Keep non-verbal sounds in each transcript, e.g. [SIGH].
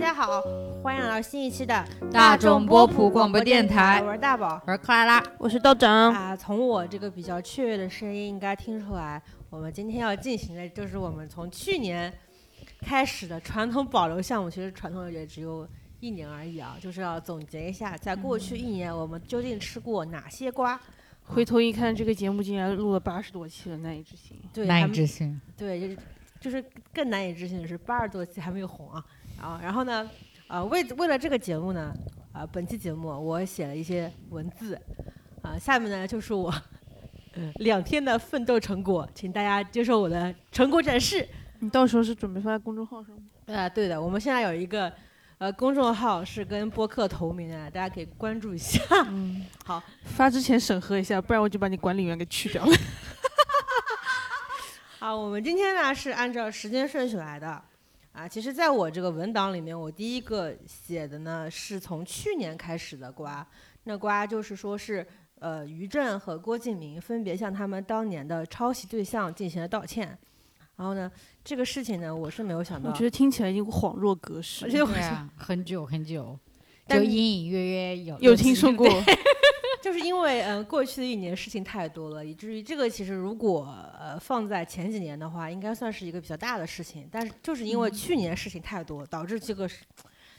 家好，欢迎来到新一期的大众波普广播电台我是大宝我是克拉拉，我是道长，啊。从我这个比较雀跃的声音应该听出来，我们今天要进行的就是我们从去年开始的传统保留项目，其实传统也只有一年而已啊，就是要总结一下，在过去一年我们究竟吃过哪些瓜。回头一看，这个节目竟然录了八十多期了，难以置信。对，难咱以们置信。对，就是就是更难以置信的是，八十多期还没有红啊。啊，然后呢，呃，为为了这个节目呢，啊、本期节目我写了一些文字，啊、下面呢就是我两天的奋斗成果，请大家接受我的成果展示。你到时候是准备发在公众号上吗？啊、对的，我们现在有一个呃公众号是跟播客同名的，大家可以关注一下。嗯，好，发之前审核一下，不然我就把你管理员给去掉了。好，我们今天呢是按照时间顺序来的，啊，其实在我这个文档里面，我第一个写的呢是从去年开始的瓜，那瓜就是说是呃于震和郭敬明分别向他们当年的抄袭对象进行了道歉，然后呢这个事情呢我是没有想到，我觉得听起来已经恍若隔世而。且我对啊，很久很久，但就隐隐约约有有听说几过？就是因为嗯、呃过去的一年事情太多了，以至于这个其实如果呃放在前几年的话，应该算是一个比较大的事情。但是就是因嗯为去年事情太多，导致这个是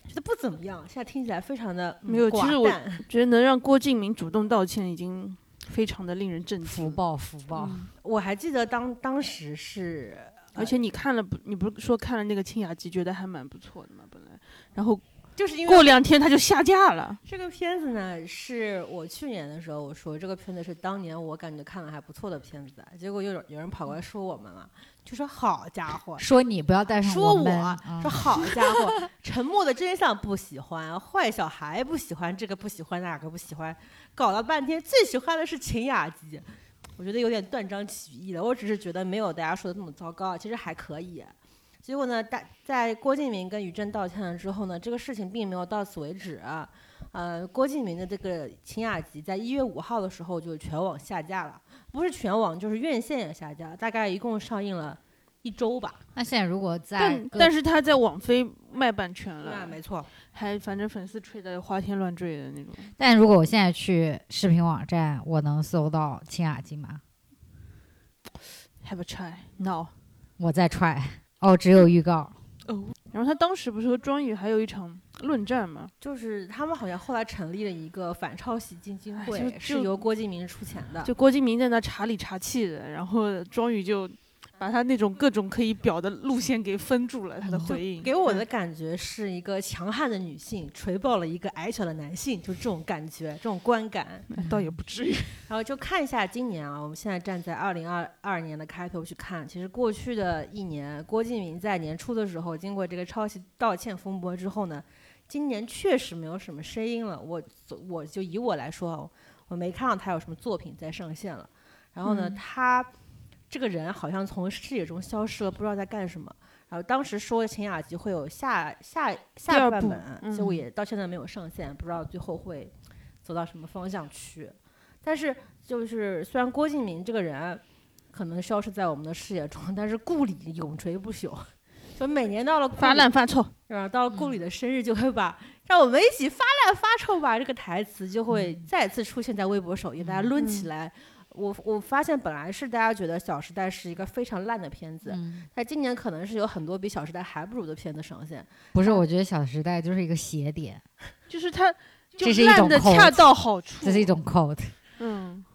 觉得不怎么样，现在听起来非常的、嗯没有寡其实 [LAUGHS] 我淡觉得能让郭敬明主动道歉，已经非常的令人震惊福了。报福报，嗯我还记得当当时是而且你看了不？你不是说看了那个《清雅集》，觉得还蛮不错的嘛？本来，然后就是因为过两天他就下架了。这个片子呢，是我去年的时候我说这个片子是当年我感觉看了还不错的片子，结果又有有人跑过来说我们了，就说好家伙，说你不要带上说我们，啊说好家伙，《沉默的真相》不喜欢，坏小孩不喜欢，这个不喜欢，那个不喜欢，搞了半天最喜欢的是秦雅集，我觉得有点断章取义了。我只是觉得没有大家说的那么糟糕，其实还可以。结果呢，大在郭敬明跟于震道歉了之后呢，这个事情并没有到此为止。呃，郭敬明的这个秦雅集在一月五号的时候就全网下架了，不是全网就是院线也下架，大概一共上映了一周吧。那现在如果在但各，但是他在网飞卖版权啊，了，没错。还反正粉丝吹的花天乱坠的那种。但如果我现在去视频网站，我能搜到清雅集吗？ Have a try now。我再 try，哦，只有预告，然后他当时不是和庄宇还有一场论战吗？就是他们好像后来成立了一个反抄袭基金哎会，就是就由郭敬明出钱的。就郭敬明在那查理查气的，然后庄宇就把他那种各种可以表的路线给封住了，他的回应嗯给我的感觉是一个强悍的女性锤爆了一个矮小的男性，就这种感觉，这种观感。嗯倒也不至于。然后就看一下今年啊，我们现在站在二零二二年的开头去看，其实过去的一年，郭敬明在年初的时候，经过这个抄袭道歉风波之后呢，今年确实没有什么声音了。我我就以我来说啊，我没看到他有什么作品在上线了。然后呢，嗯他这个人好像从视野中消失了，不知道在干什么。然后当时说秦雅集会有下下第下二半部本，嗯结果也到现在没有上线，不知道最后会走到什么方向去。但是就是虽然郭敬明这个人可能消失在我们的视野中，但是故里永垂不朽。就每年到了故发里烂发臭，是吧？到了顾里的生日，就会把“让我们一起发烂发臭吧”这个台词就会再次出现在微博首页，大家抡起来。我我发现本来是大家觉得《小时代》是一个非常烂的片子，嗯，但今年可能是有很多比《小时代》还不如的片子上线。不是，我觉得《小时代》就是一个邪点，嗯就是他就这是一种烂的口恰到好处。这是一种 cult，嗯，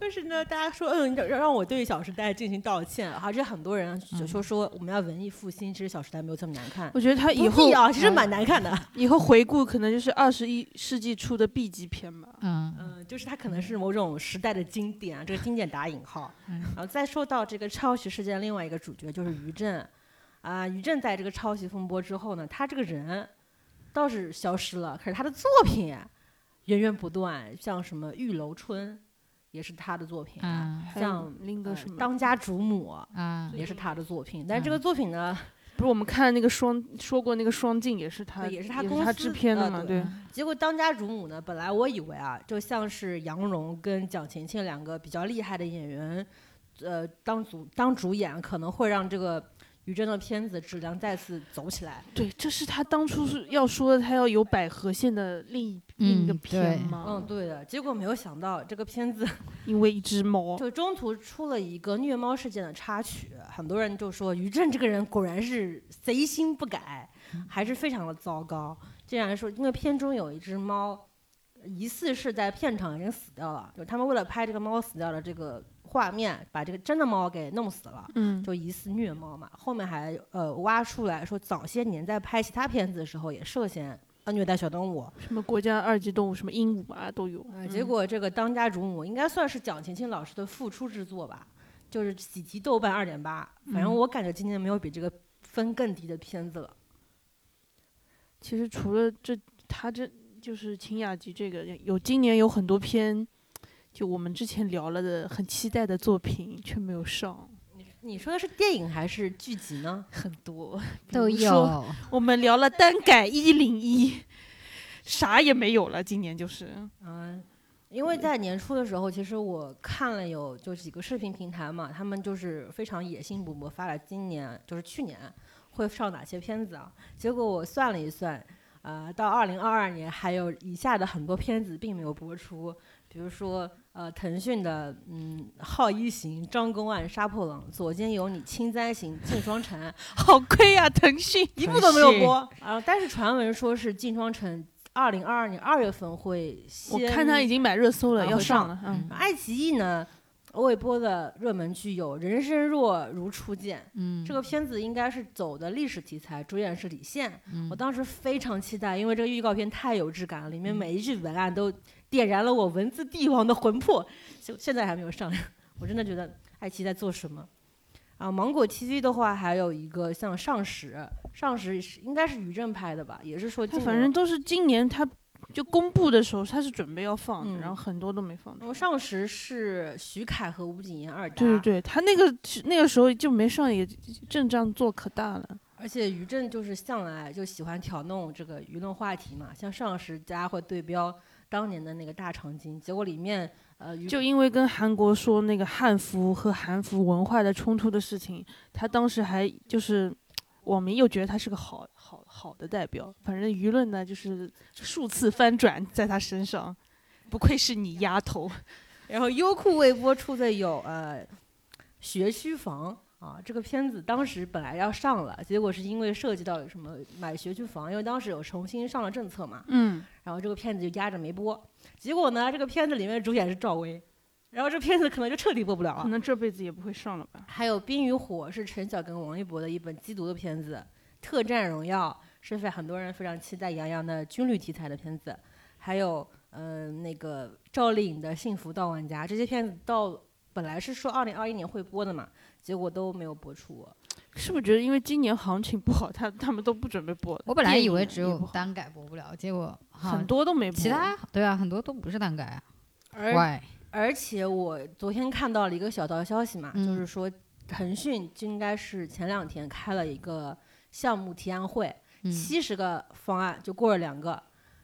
就是呢，大家说，嗯，让让我对《小时代》进行道歉，而且很多人就说说我们要文艺复兴，其实《小时代》没有这么难看。我觉得他以不后嗯必啊，其实蛮难看的。以后回顾可能就是二十一世纪初的 B 级片吧。嗯，嗯，就是它可能是某种时代的经典啊，这个经典打引号。嗯然后再说到这个抄袭事件，另外一个主角就是于震，啊，于震在这个抄袭风波之后呢，他这个人倒是消失了，可是他的作品源源不断，像什么《玉楼春》也是他的作品，啊还有像另一呃个什么，当家主母》啊，也是他的作品，但是这个嗯作品呢，不是我们看那个双说过那个双镜也是他呃对也是他他公司制片呃的嘛？对对，结果当家主母呢，本来我以为啊，就像是杨蓉跟蒋勤勤两个比较厉害的演员，呃，当主当主演可能会让这个。于正的片子质量再次走起来。对，这是他当初是要说他要有百合线的另一另一个嗯片对吗？嗯，，对的。结果没有想到这个片子因为一只猫，就中途出了一个虐猫事件的插曲，很多人就说于正这个人果然是贼心不改，还是非常的糟糕。竟然说，因为片中有一只猫，疑似是在片场已经死掉了，就他们为了拍这个猫死掉的这个画面，把这个真的猫给弄死了。嗯，就疑似虐猫嘛，后面还呃挖出来说，早些年在拍其他片子的时候也涉嫌呃虐待小动物，什么国家二级动物，什么鹦鹉啊都有。呃，结果这个当家主母应该算是蒋勤勤老师的复出之作吧，就是喜提豆瓣二点八。反正嗯我感觉今年没有比这个分更低的片子了。其实除了这，他这就是秦雅集这个有今年有很多篇，就我们之前聊了的很期待的作品却没 [LAUGHS] 有上，你说的是电影还是剧集呢？很多都。比如说有，我们聊了单改一零一，啥也没有了，今年就是 [LAUGHS] 嗯，因为在年初的时候，其实我看了有就几个视频平台嘛，他们就是非常野心勃勃发了今年就是去年会上哪些片子啊？结果我算了一算，呃，到二零二二年还有以下的很多片子并没有播出，比如说呃，腾讯的嗯《浩一行》《张公案》《杀破狼》《左肩有你》《青簪行》《镜双城》好亏啊，腾讯 [LAUGHS] 一部都没有是播啊。但是传闻说是镜双城二零二二年二月份会我先看他已经买热搜了，啊要会上上了，嗯，爱奇艺呢，魏波的热门剧有《人生若如初见》，嗯，这个片子应该是走的历史题材，主演是李现。嗯我当时非常期待，因为这个预告片太有质感了，里嗯面每一句文案都点燃了我文字帝王的魂魄。就现在还没有上， [LAUGHS] 我真的觉得爱奇艺在做什么。啊，芒果 TV 的话，还有一个像《上石》，《上石》是应该是于正拍的吧，也是说他今反年正都是今年他就公布的时候他是准备要放的，嗯然后很多都没放出来。嗯上石是徐凯和吴谨言二搭，对对对，他那个那个时候就没上，也阵仗做可大了。而且于正就是向来就喜欢挑弄这个舆论话题嘛，像上时大家会对标当年的那个大长今，结果里面呃于就因为跟韩国说那个汉服和韩服文化的冲突的事情，他当时还就是网民又觉得他是个好好好的代表，反正舆论呢就是数次翻转在他身上。不愧是你丫头，然后优酷微博出的有呃学区房啊这个片子，当时本来要上了，结果是因为涉及到什么买学区房，因为当时有重新上了政策嘛， [LAUGHS] 嗯，然后这个片子就压着没播。结果呢，这个片子里面的主演是赵薇，然后这片子可能就彻底播不了了可。能这辈子也不会上了吧。还有《冰与火》是陈晓跟王一博的一本缉毒的片子，《特战荣耀》是非很多人非常期待杨洋的军旅题材的片子，还有嗯、呃那个赵丽颖的《幸福到万家》这些片子到本来是说二零二一年会播的嘛，结果都没有播出。哦是不是觉得因为今年行情不好，他他们都不准备播了？我本来电以影为也只有不好单改播不了，结果好很多都没播，其他对啊，很多都不是单改啊。而喂，而且我昨天看到了一个小道消息嘛，嗯就是说腾讯就应该是前两天开了一个项目提案会，嗯七十个方案就过了两个，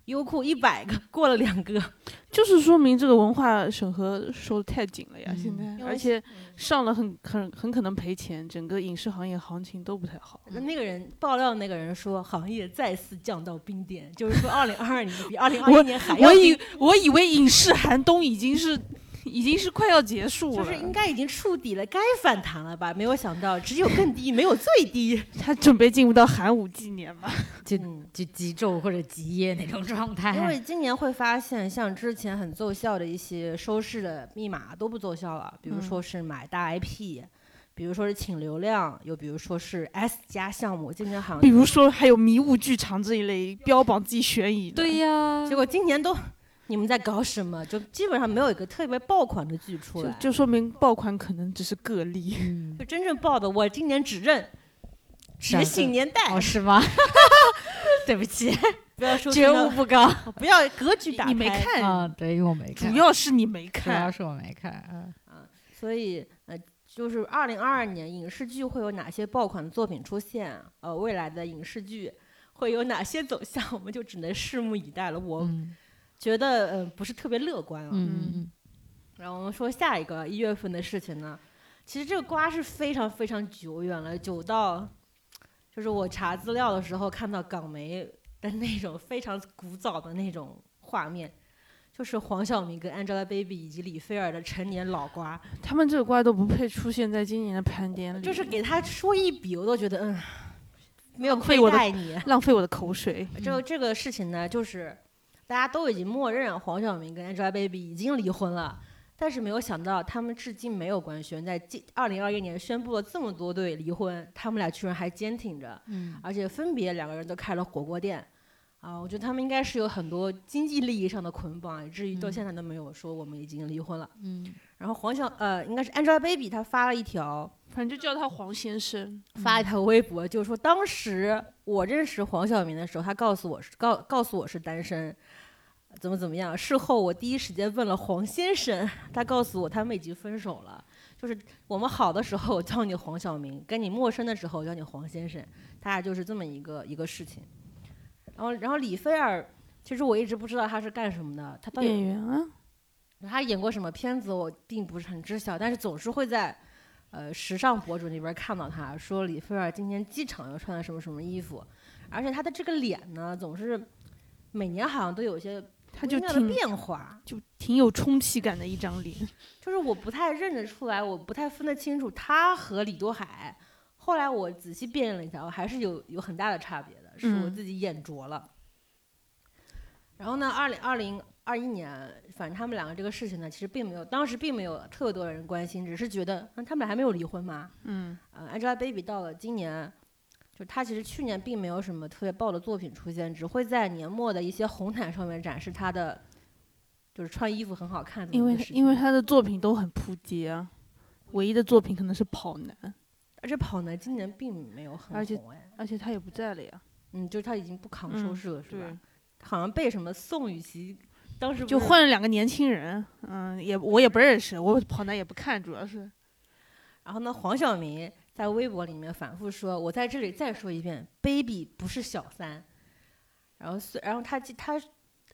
优酷一百个过了两个，就是说明这个文化审核收的太紧了呀，嗯现在因为而且上了很很很可能赔钱，整个影视行业行情都不太好。嗯那那个人爆料，那个人说行业再次降到冰点，就是说二零二二年比二零二一我年还要我以低，我以为影视寒冬已经是已经是快要结束就了，是应该已经触底了，该反弹了吧？没有想到只有更低，没有最 [LAUGHS] 低。他准备进入到寒武纪年嘛。就嗯，就极昼或者极夜那种状态。哎因为今年会发现，像之前很奏效的一些收视的密码都不奏效了，比如嗯说是买大 IP，、比如说是请流量，又比如说是 S 加项目，今年好像比如说还有迷雾剧场这一类标榜自己悬疑的， [LAUGHS] 对呀、结果今年都 [LAUGHS] 你们在搞什么？就基本上没有一个特别爆款的剧出就来，就说明爆款可能只是个例。嗯，就真正爆的，我今年只认《觉闪醒年代哦，》，是吗？ [LAUGHS] 对不 [LAUGHS] 起，不要说觉悟不 [LAUGHS] 高不要格局打开。你没？看，啊，对，因为我没看，主要是你没主要看。是我没看，啊所以呃，就是二零二二年影视剧会有哪些爆款作品出现？呃，未来的影视剧会有哪些走向？ [LAUGHS] 我们就只能拭目以待了。我嗯觉得呃不是特别乐观啊。嗯嗯然后我们说下一个一月份的事情呢，其实这个瓜是非常非常久远了，久到就是我查资料的时候看到港媒的那种非常古早的那种画面，就是黄晓明跟 Angelababy 以及李菲儿的成年老瓜，他们这个瓜都不配出现在今年的盘点里，就是给他说一笔，我都觉得嗯，没有浪费亏我的待你。浪费我的口水。这嗯个这个事情呢，就是大家都已经默认黄晓明跟 Angelababy 已经离婚了，但是没有想到他们至今没有官宣，在今二零二一年宣布了这么多对离婚，他们俩居然还坚挺着，嗯，而且分别两个人都开了火锅店。啊，我觉得他们应该是有很多经济利益上的捆绑，以至于到嗯现在都没有说我们已经离婚了。嗯，然后黄晓呃，应该是 Angelababy 她发了一条反正就叫他黄先生，发一条微博，就是说当时我认识黄晓明的时候，他告诉我是告告诉我是单身，怎么怎么样。事后我第一时间问了黄先生，他告诉我他们已经分手了。就是我们好的时候我叫你黄晓明，跟你陌生的时候我叫你黄先生，他俩就是这么一个一个事情。然后，然后李菲儿，其实我一直不知道她是干什么的，她到底演员啊，她演过什么片子，我并不是很知晓，但是总是会在呃时尚博主那边看到她说李菲儿今天机场又穿了什么什么衣服，而且她的这个脸呢，总是每年好像都有一些他就微妙的挺变化，就挺有充气感的一张脸。就是我不太认得出来，我不太分得清楚她和李多海。后来我仔细辨认了一下，我还是有有很大的差别的，是我嗯自己眼拙了。然后呢，二零二零二一年，反正他们两个这个事情呢，其实并没有，当时并没有特别多人关心，只是觉得，嗯，他们俩还没有离婚嘛。嗯，呃，Angelababy 到了今年，就她其实去年并没有什么特别爆的作品出现，只会在年末的一些红毯上面展示她的，就是穿衣服很好看这因么为一个事情。因为他的作品都很扑街啊，唯一的作品可能是跑男，而且跑男今年并没有很而且红哎，而且他也不在了呀。嗯，就是他已经不扛收嗯视了，是对吧？，好像被什么宋雨琦当时不就是换了两个年轻人，嗯，也我也不认识，我跑男也不看，主要是然后呢，黄晓明在微博里面反复说：“我在这里再说一遍，baby 不是小三。”然后虽然后他他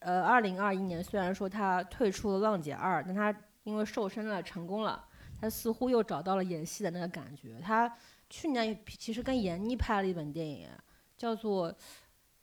呃，二零二一年虽然说他退出了《浪姐二》，但他因为瘦身了成功了，他似乎又找到了演戏的那个感觉。他去年也其实跟闫妮拍了一本电影，叫做《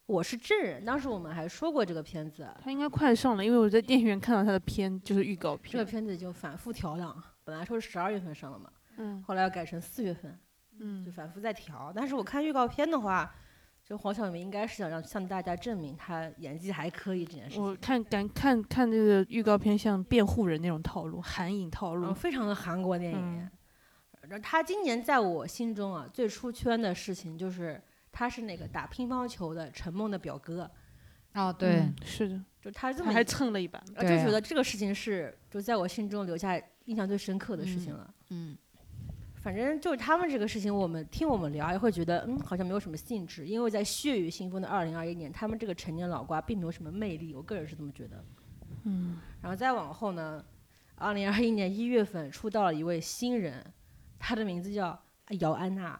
我是证人》，当时我们还说过这个片子，他应该快上了，因为我在电影院看到他的片，就是预告这个片。片子就反复调档，本来说是十二月份上的嘛，嗯后来要改成四月份。就嗯，反复在调。但是我看预告片的话，就黄晓明应该是想让向大家证明他演技还可以这件事我情，看敢看看这个预告片，像辩护人那种套路，韩影套然后路。嗯非常的韩国电影。嗯然后他今年在我心中啊最出圈的事情就是他是那个打乒乓球的陈梦的表哥，哦，对嗯，，是的，就他这他么还一呃蹭了一把。我就对觉啊得这个事情是就在我心中留下印象最深刻的事情嗯了。嗯，反正就是他们这个事情，我们听我们聊也会觉得，嗯，好像没有什么兴致，因为在血雨腥风的二零二一年，他们这个陈年老瓜并没有什么魅力，我个人是这么觉得。嗯，然后再往后呢，二零二一年一月份出道了一位新人，她的名字叫姚安娜。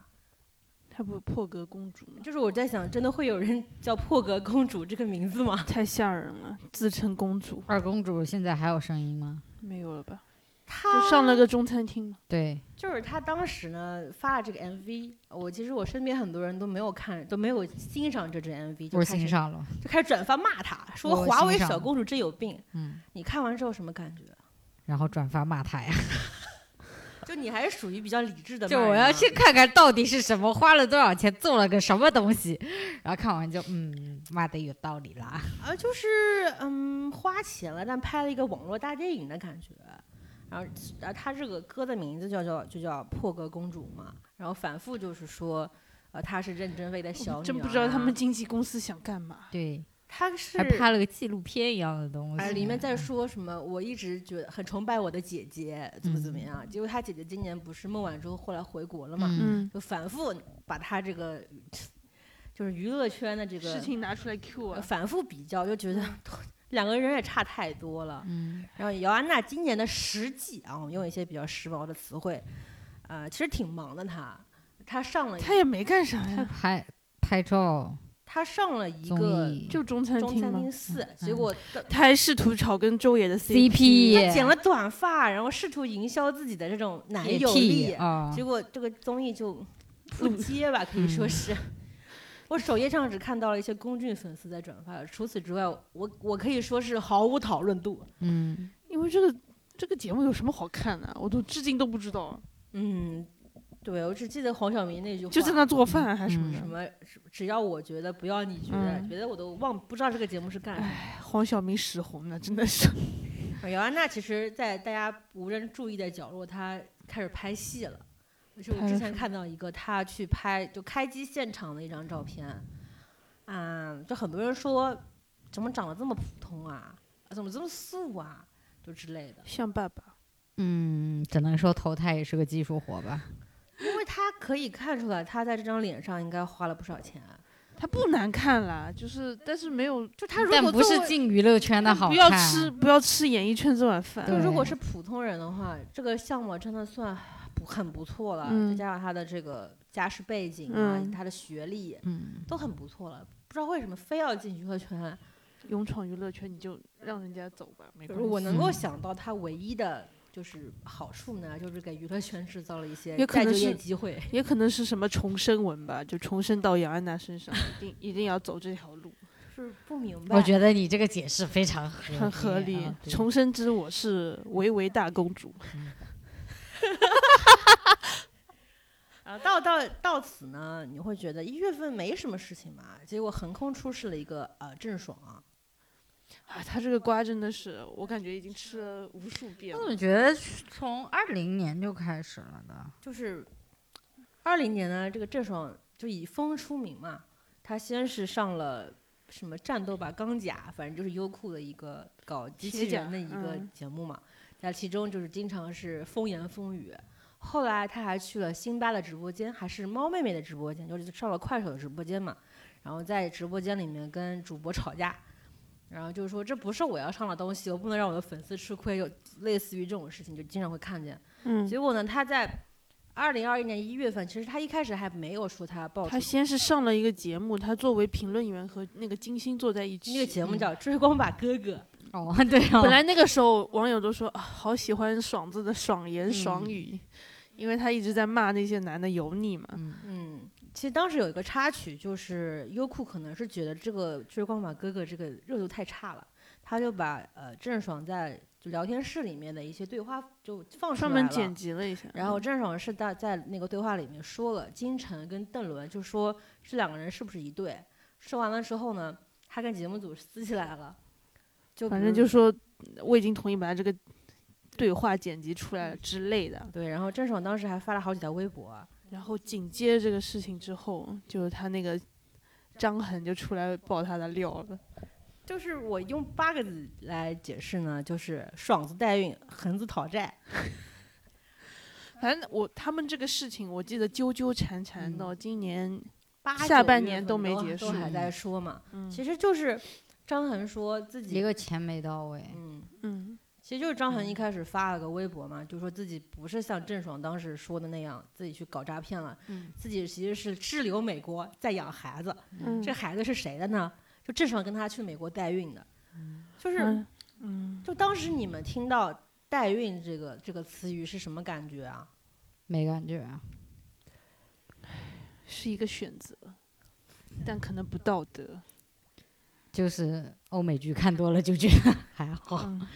他不是破格公主吗？就是我在想，真的会有人 [LAUGHS] 叫破格公主这个名字吗？太吓人了，自称公主二公主现在还有声音吗？没有了吧？她就上了个中餐厅嘛。对，就是她当时呢发了这个 MV，我其实我身边很多人都没有看，都没有欣赏这支 MV，就我开始欣赏了，就开始转发骂她，说我华为欣赏小公主真有病。嗯，你看完之后什么感觉？然后转发骂他呀，就你还是属于比较理智的骂就人啊，我要去看看到底是什么，花了多少钱做了个什么东西， [LAUGHS] 然后看完就嗯，骂的有道理啦，啊，就是嗯，花钱了，但拍了一个网络大电影的感觉。然后，然后他这个歌的名字叫叫就叫《破格公主》嘛。然后反复就是说，呃，她是认真为了小女儿、啊，真不知道他们经纪公司想干嘛。对，她是还拍了个纪录片一样的东哎西，啊里面在说什么？我一直觉得很崇拜我的姐姐，怎么怎么嗯样？结果她姐姐今年不是孟晚舟后来回国了嘛，嗯，就反复把她这个就是娱乐圈的这个事情拿出来 Q 呃啊，反复比较，就觉得 [LAUGHS] 两个人也差太多了。嗯然后姚安娜今年的实际啊，我们用一些比较时髦的词汇，呃，其实挺忙的她，她上了一他也没干啥呀。拍拍照，他上了一综个艺就中餐中厅餐吗厅？四，嗯结果他他还试图炒跟周也的 CP 他剪了短发，然后试图营销自己的这种男也友屁力，啊，结果这个综艺 [LAUGHS] 就扑街吧，可以嗯说是。我首页上只看到了一些龚俊粉丝在转发，除此之外，我我可以说是毫无讨论度。嗯，因为这个这个节目有什么好看的、啊我都至今都不知道，啊嗯，对，我只记得黄晓明那句话，就在那做饭啊还是什么嗯什的。么只要我觉得，不要你觉得，嗯觉得我都忘不知道这个节目是干什么。哎黄晓明使红了，真的是。姚安娜其实，在大家无人注意的角落，她开始拍戏了。就是我拍之了前什么看到一个她去拍就开机现场的一张照片，啊，就很多人说怎么长得这么普通啊，怎么这么素啊，就之类的。像爸爸，嗯，只能说投胎也是个技术活吧。因为她可以看出来，她在这张脸上应该花了不少钱。他不难看啦，就是但是没有就她如但果不作是为进娱乐圈的好不看，要吃不要吃演艺圈这碗饭就。对如果是普通人的话，这个项目真的算不很不错了，嗯再加上他的这个家世背景啊，嗯他的学历嗯，都很不错了。不知道为什么非要进娱乐圈，啊勇闯娱乐圈，你就让人家走吧，没就关是系。我能够想到他唯一的就是好处呢，就是给娱乐圈制造了一些也可再能就业是机会。也可能是什么重生文吧，就重生到杨安娜身上，一定一定要走这条路， [LAUGHS] 是不明白，我觉得你这个解释非常合很合理啊。对重生之我是维维大公主，啊，到到到此呢，你会觉得一月份没什么事情嘛，结果横空出世了一个呃郑爽啊，啊，她这个瓜真的是，我感觉已经吃了无数遍我了。总觉得是从二零年就开始了的，就是二零年呢，这个郑爽就以风出名嘛，她先是上了什么战斗吧钢甲，反正就是优酷的一个搞机器铁甲人的一个嗯节目嘛，那、其中就是经常是风言风语。后来她还去了辛巴的直播间，还是猫妹妹的直播间，就是上了快手的直播间嘛，然后在直播间里面跟主播吵架。然后就是说，这不是我要上的东西，我不能让我的粉丝吃亏，有类似于这种事情，就经常会看见。嗯，结果呢，他在二零二一年一月份，其实他一开始还没有说他爆出她先是上了一个节目，她作为评论员和那个金星坐在一起。那个节目叫《追光吧哥哥》，哦，对嗯啊，本来那个时候网友都说、啊、好喜欢爽子的爽言爽嗯语，因为她一直在骂那些男的油腻嘛。嗯，嗯，其实当时有一个插曲，就是优酷可能是觉得这个《追光吧哥哥》这个热度太差了，他就把呃郑爽在就聊天室里面的一些对话就放出专来门了，剪辑了一下，然后郑爽是在在那个对话里面说了，金晨跟邓伦就说这两个人是不是一对？说完了之后呢，他跟节目组撕起来了，就反比正如就说我已经同意把这个对话剪辑出来了之类的。对，然后郑爽当时还发了好几条微博，然后紧接这个事情之后，就是她那个张恒就出来爆她的料了。就是我用八个字来解释呢，就是爽子代孕，横子讨债。反正我他们这个事情，我记得纠纠缠缠嗯到今年，八下九半月年份都没结都束还在说嘛。嗯其实就是张恒说自一己，个钱没到位，嗯，嗯，其实就是张恒一开始发了个微博嘛，就说自己不是像郑爽当时说的那样，自己去搞诈骗了，嗯自己其实是滞留美国在养孩子。嗯这孩子是谁的呢？就郑爽跟他去美国代孕的，就是。嗯嗯，就当时你们听到“代孕”这个这个词语是什么感觉啊？没感觉啊。是一个选择，但可能不道德。就是欧美剧看多了就觉得 [LAUGHS] 还好。嗯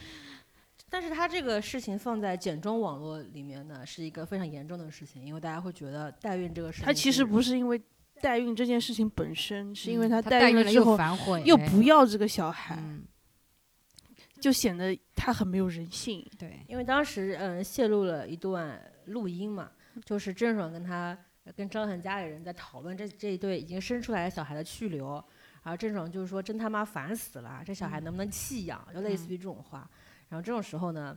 但是他这个事情放在简中网络里面呢，是一个非常严重的事情，因为大家会觉得代孕这个事情，他其实不是因为代孕这件事情本身，是因为嗯他代孕了了之又后反悔，又不要这个小孩，嗯，就显得他很没有人性。对，因为当时嗯泄露了一段录音嘛，就是郑爽跟他跟张恒家里人在讨论这这一对已经生出来的小孩的去留，然后郑爽就说真他妈烦死了，这小孩能不能弃养，就类似于这种话。然后这种时候呢，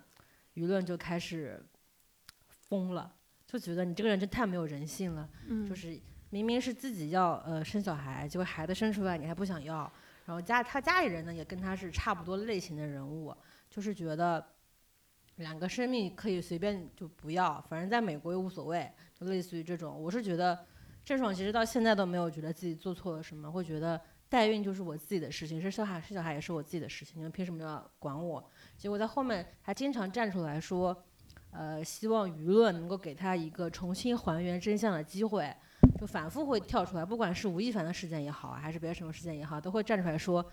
舆论就开始疯了，就觉得你这个人真太没有人性了。嗯就是明明是自己要呃生小孩，结果孩子生出来你还不想要，然后家他家里人呢也跟他是差不多类型的人物，就是觉得两个生命可以随便就不要，反正在美国又无所谓，就类似于这种。我是觉得郑爽其实到现在都没有觉得自己做错了什么，会觉得代孕就是我自己的事情，生小孩生小孩也是我自己的事情，你们凭什么要管我？结果在后面还经常站出来说，呃，希望舆论能够给他一个重新还原真相的机会，就反复会跳出来，不管是吴亦凡的事件也好，啊还是别的什么事件也好，都会站出来说，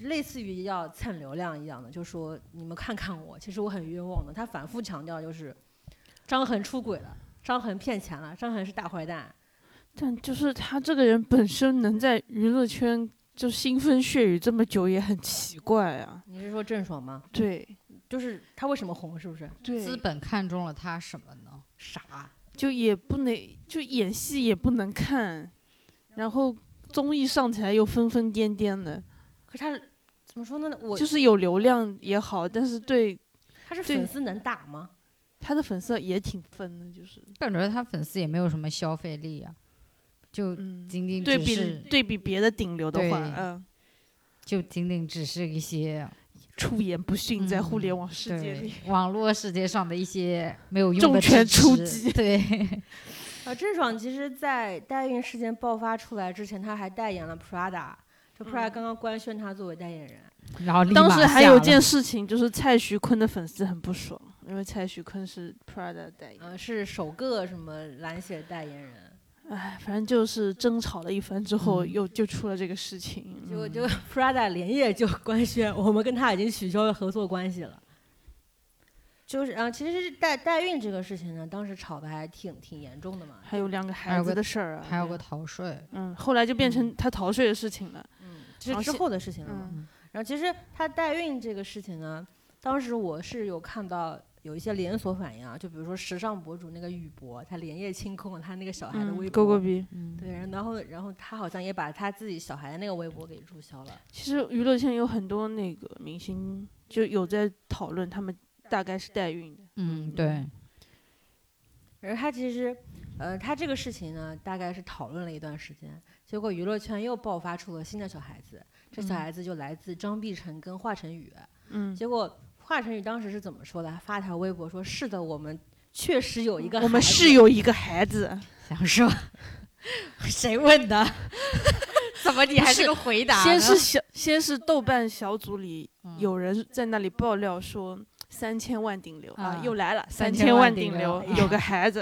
类似于要蹭流量一样的，就说你们看看我，其实我很冤枉的。他反复强调就是张恒出轨了，张恒骗钱了，张恒是大坏蛋。但就是他这个人本身能在娱乐圈就腥风血雨这么久，也很奇怪啊。你是说郑爽吗？对就是他为什么红，是不是？资对，本看中了他什么呢？傻，就也不能就演戏也不能看，然后综艺上起来又疯疯癫癫的，可是他怎么说呢？我就是有流量也好，但是对他是对粉丝能打吗？他的粉丝也挺分的，就是感觉他粉丝也没有什么消费力啊，就嗯，仅仅对只比是对比别的顶流的话，对嗯，就仅仅只是一些出言不逊在互嗯联网世界对里， [LAUGHS] 网络世界上的一些没有用重的拳支出持击对， [LAUGHS] 啊，郑爽其实，在代孕事件爆发出来之前，她还代言了 Prada，就 Prada 嗯刚刚官宣她作为代言人。然后立当马时还下有了件事情，就是蔡徐坤的粉丝很不爽，因为蔡徐坤是 Prada 代言，嗯，是首个什么蓝血代言人，哎，反正就是争吵了一番之后，嗯又就出了这个事情。嗯结果就 Prada 连夜就官宣，我们跟他已经取消了合作关系了。就是啊，其实是代代孕这个事情呢，当时吵得还挺挺严重的嘛。还有两个还孩有子个的事儿啊，还有对个逃税，嗯，后来就变成他逃税的事情了。嗯，然这后是之现后的事情了嘛。嗯然后其实他代孕这个事情呢，当时我是有看到有一些连锁反应啊，就比如说时尚博主那个宇博，他连夜清空了他那个小孩的微博。嗯，勾勾逼。嗯，对，然后然后他好像也把他自己小孩的那个微博给注销了。其实娱乐圈有很多那个明星就有在讨论，他们大概是代孕的。嗯，对，而他其实，呃，他这个事情呢，大概是讨论了一段时间，结果娱乐圈又爆发出了新的小孩子，这小嗯孩子就来自张碧晨跟华晨宇。嗯，结果华晨宇当时是怎么说的？发条微博说：“是的，我们确实有一个我孩们是子有一个孩子，想说谁问的？ [LAUGHS] 怎么你还是个回答呢？先是小，先是豆瓣小组里嗯有人在那里爆料说三千万顶流啊啊，又来了三千千万顶顶流流啊有个孩子，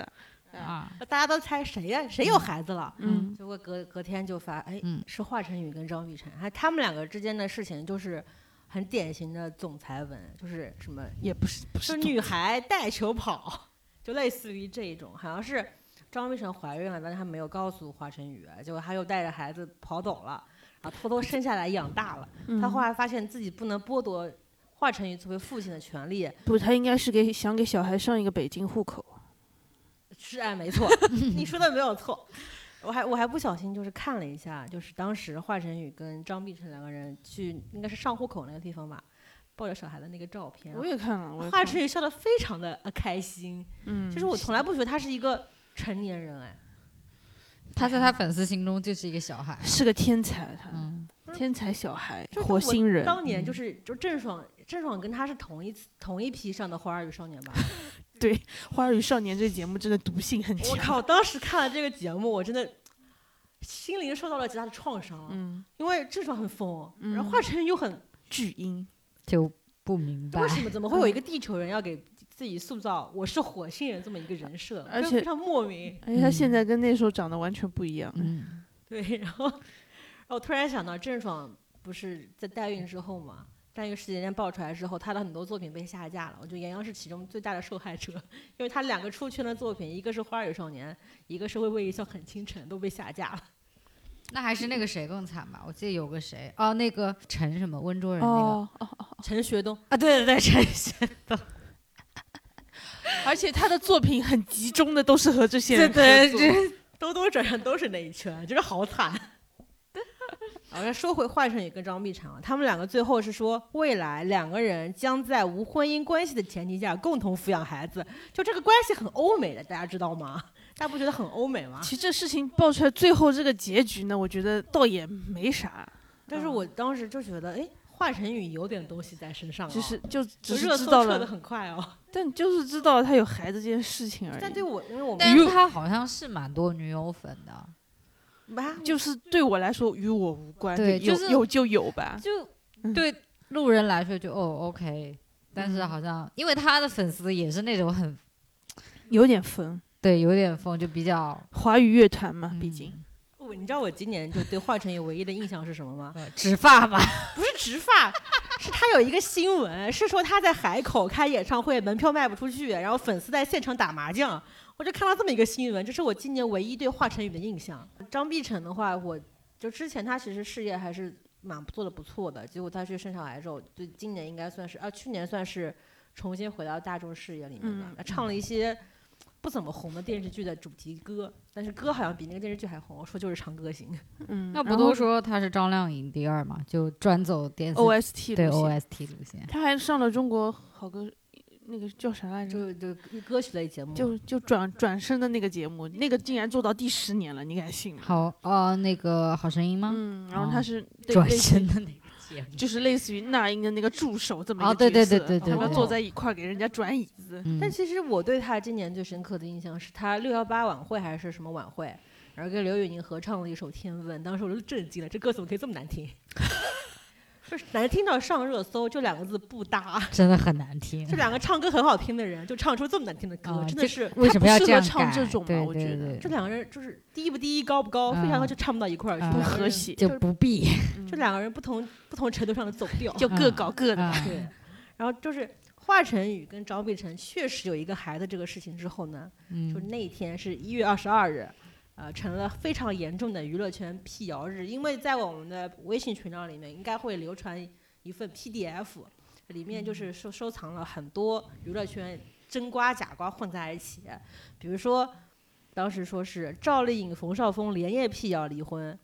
啊，大家都猜谁呀、谁有孩子了？嗯，结果隔隔天就发，哎，嗯是华晨宇跟张碧晨，还他们两个之间的事情就是很典型的总裁文，就是什么也不是不就是女孩带球跑，就类似于这一种，好像是张碧晨怀孕了，但是她没有告诉华晨宇，啊结果她又带着孩子跑走了，啊，偷偷生下来养大了。她后画来发现自己不能剥夺华晨宇作为父亲的权利，不，他应该是给想给小孩上一个北京户口。是哎，没 [LAUGHS] 错，你说的没有错。我还我还不小心就是看了一下，就是当时华晨宇跟张碧晨两个人去应该是上户口那个地方吧，抱着小孩的那个照片，我也看了，我也华看晨了，宇笑得非常的开心。嗯，其实我从来不觉得他是一个成年人，哎，他在他粉丝心中就是一个小孩，是个天才，他嗯，天才小孩，就是火我星人。当年就是就郑爽，郑爽跟他是同一次同一批上的《花儿与少年》 [LAUGHS] 吧。 《花儿与少年》这节目真的毒性很我强。靠，当时看了这个节目，我真的心灵受到了极大的创伤，嗯，因为郑爽很疯，然后嗯华晨宇又 [LAUGHS] 很，巨婴，就不明白为。什么怎么会有一嗯个地球人要给自己塑造我是火星人这么一个人设，而就且非常莫名。而且他现在跟那时候长得完全不一样。嗯， [LAUGHS] 对，然后，然后我突然想到，郑爽不是在代孕之后嘛，代孕事件爆出来之后，她的很多作品被下架了。我觉得杨洋是其中最大的受害者，因为他两个出圈的作品，一个是《花儿与少年》，一个是《微微一笑很倾城》，都被下架了。那还是那个谁更惨吧？我记得有个谁，哦，那个陈什么温州人那个哦哦哦！陈学冬，啊，对对对，陈学，而且他的作品很集中的都是和这些对对人合作对，兜兜转转都是那一圈，真是好惨。 [LAUGHS] 我再说回华晨宇跟张碧晨啊，他们两个最后是说，未来两个人将在无婚姻关系的前提下共同抚养孩子，就这个关系很欧美的，大家知道吗？ [LAUGHS] 大家不觉得很欧美吗？其实这事情爆出来，最后这个结局呢，我觉得倒也没啥。但是我当时就觉得，哎，华华晨宇有点东西在身上、哦，就是就只是热知搜道撤的了，很快哦。 [LAUGHS] 但就是知道他有孩子这件事情而但已对。我，因为我但是他好像是蛮多女友粉的，妈就是对我来说与我无关，对有就是有就有吧。就嗯对路人来说就哦 OK，但是好像因为他的粉丝也是那种很有点疯，对有点疯，就比较华语乐团嘛，毕嗯竟。我你知道我今年就对华晨宇唯一的印象是什么吗？呃直发吧，不是植发，是他有一个新闻，是说他在海口开演唱会，门票卖不出去，然后粉丝在现场打麻将。我就看到这么一个新闻，这是我今年唯一对华晨宇的印象。张碧晨的话，我就之前他其实事业还是蛮做的不错的，结果他去生小癌之后，就今年应该算是啊，去年算是重新回到大众视野里面吧嗯，他唱了一些。不怎么红的电视剧的主题歌，但是歌好像比那个电视剧还红。我说就是唱歌行，嗯，那不然都后说他是张靓颖第二嘛，就专走电视 OST 对路线 OST 路线，他还上了中国好歌，那个叫啥来着？就就歌曲类节目，就就转转身的那个节目，那个竟然做到第十年了，你敢信吗？好呃那个好声音吗？嗯，然后哦他 [LAUGHS] 是对转类似身的那个节目，就是类似于那英的那个助手这么一哦个对对角色对对对他们对坐在一块儿给人家转椅子，嗯但其实我对他今年最深刻的印象是他六幺八晚会还是什么晚会，然后跟刘宇宁合唱了一首《天问》，当时我就震惊了，这歌怎么可以这么难听？ [LAUGHS] 就是难听到上热搜，就两个字不搭。真的很难听这。两个唱歌很好听的人，就唱出这么难听的歌，啊真这的哦是 [LAUGHS] 为什么要他这不适合样唱这改种嘛对我对觉得对这两个人就是低不低，高不高，非常啊高就唱不到一块儿去，啊两不个和人，谐，嗯就不必嗯这两个人不同不同程度上的走调。就各嗯搞各的。啊对，然后就是华晨宇跟张碧晨确实有一个孩子这个事情之后呢，就 [LAUGHS] 嗯那一天是一月二十二日，呃，成了非常严重的娱乐圈辟谣日，因为在我们的微信群聊里面，应该会流传一份 PDF，里面就是收收藏了很多娱乐圈真瓜假瓜混在一起，比如说当时说是赵丽颖、冯绍峰连夜辟谣离婚。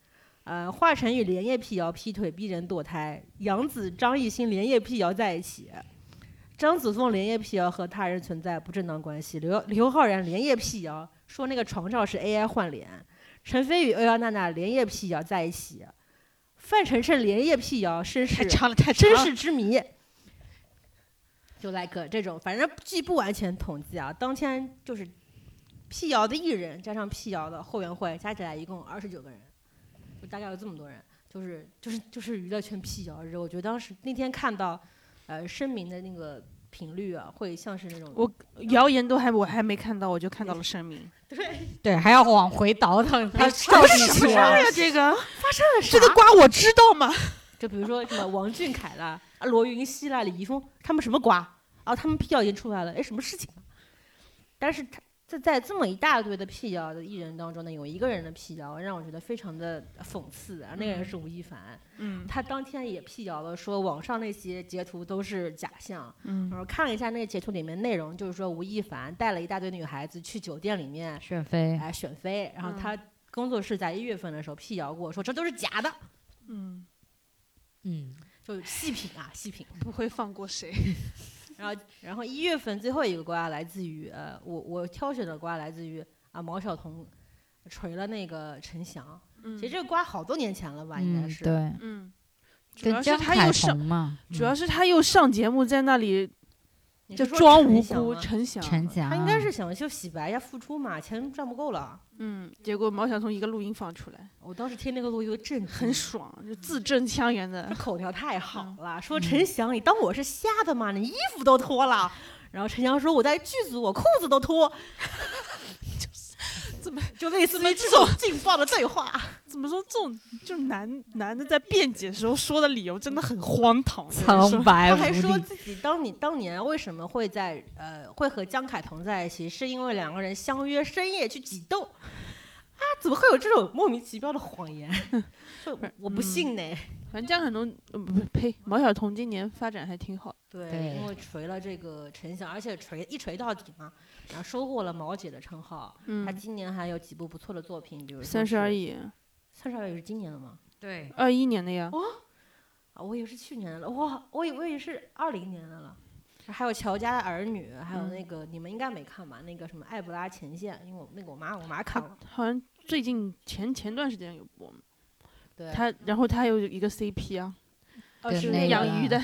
呃，华晨宇连夜辟谣劈腿逼人堕胎，杨紫、张艺兴连夜辟谣在一起，张子枫连夜辟谣和他人存在不正当关系，刘刘昊然连夜辟谣说那个床照是 AI 换脸，陈飞宇、欧阳娜娜连夜辟谣在一起，范丞丞连夜辟谣身世太长了，太长身了。世之谜。就 like 这种，反正据不完全统计啊，当天就是辟谣的艺人加上辟谣的后援会，加起来一共二十九个人，就大概有这么多人，就是就是就是娱乐圈辟谣日。我觉得当时那天看到，呃，声明的那个频率啊，会像是那种我谣言都还我还没看到，我就看到了声明。对，还要往回倒腾，他到到底底什嗯是么 [LAUGHS] 事儿呀？这个啥这个瓜我知道吗？ [LAUGHS] 就比如说什么王俊凯啦、啊罗云熙啦、李易峰，他们什么瓜啊？他们辟谣已经出来了，哎，什么事情啊？但是他在在这么一大堆的辟谣的艺人当中呢，有一个人的辟谣让我觉得非常的讽刺，啊而那个人是吴亦凡，嗯他当天也辟谣了，说网上那些截图都是假象。嗯然后看了一下那个截图里面内容，就是说吴亦凡带了一大堆女孩子去酒店里面选妃哎选妃，然后嗯他工作室在一月份的时候辟谣过，说这都是假的，嗯，嗯，就是细品啊细品。不会放过谁。然后，然后一月份最后一个瓜来自于呃，我我挑选的瓜来自于啊毛晓彤锤了那个陈翔，嗯其实这个瓜好多年前了吧，应该嗯是。对，嗯，主要跟是江他凯又上彤，嘛，嗯主要是他又上节目，在那里你就是说装陈无翔辜。吗陈翔，陈翔，啊他应该是想就洗白一下付出嘛，钱赚不够了。嗯，结果毛晓彤一个录音放出来，我当时听那个录音震惊，很爽，就字正腔圆的 [LAUGHS] 这。口条太好嗯了，说陈翔，你当我是瞎的吗？你衣服都脱了。然后陈翔说我在剧组，我裤子都脱。 [LAUGHS] 就是怎么就类似于这种劲爆的对话。怎么说？这种就是男男的在辩解时候说的理由真的很荒 [LAUGHS] 唐。苍白他无还说力，自己当你当年为什么会在呃会和江凯彤在一起，是因为两个人相约深夜去挤痘。啊，怎么会有这种莫名其妙的谎言？就 [LAUGHS] 我不信嗯呢。反正江凯彤，呃不呸，毛晓彤今年发展还挺好。对，对因为锤了这个陈翔，而且锤一锤到底嘛，然后收获了毛姐的称号。她嗯，今年还有几部不错的作品，比如说三十而是，已，三十而已是今年的吗？对，二一年的呀。啊，我以为是去年的了，哇，我以我以为是二零年的了。还有乔家的儿女，还有那个、你们应该没看吧？那个什么《艾布拉前线》，因为我那个我妈我妈看了。好像最近前前段时间有播嘛，对，他然后他有一个 CP 啊，哦，对是那个嗯养鱼的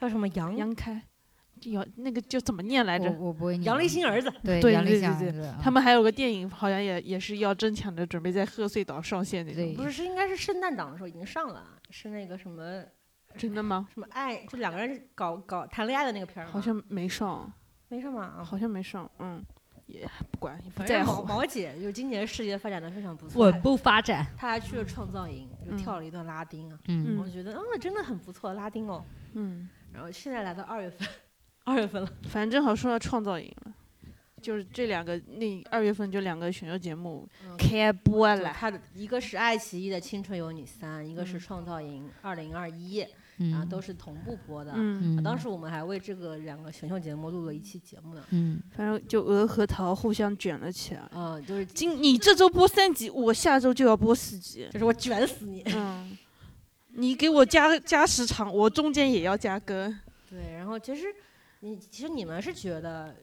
叫什么杨杨开，有那个就怎么念来着？我我不会念。杨立新儿子，对对杨立对新儿对子，他嗯们还有个电影，好像也也是要争抢着准备在贺岁档上线那对不种。是是应该是圣诞档的时候已经上了，啊是那个什么真的吗？什么爱，就两个人搞搞谈恋爱的那个片儿吗，好像没上，没什么啊。好像没上，嗯，也不管，也不反在正毛乎。毛姐就今年事业发展的非常不错，稳步发展。她还去了创造营，就跳了一段拉丁啊，嗯，我觉得嗯真的很不错，拉丁哦。嗯，然后现在来到二月份，二月份了，反正正好说到创造营了，就是这两个那二月份就两个选秀节目嗯开播就了。她的一个是爱奇艺的《青春有你三》，一个是嗯创造营二零二一，啊嗯，都是同步播的。啊嗯，嗯，当时我们还为这个两个选秀节目录了一期节目呢，嗯，反正就鹅和桃互相卷了起来。嗯，就是今你这周播三集，我下周就要播四集。就是我卷死你。 [LAUGHS] 嗯，你给我加加时长，我中间也要加更。对，然后其实你其实你们是觉得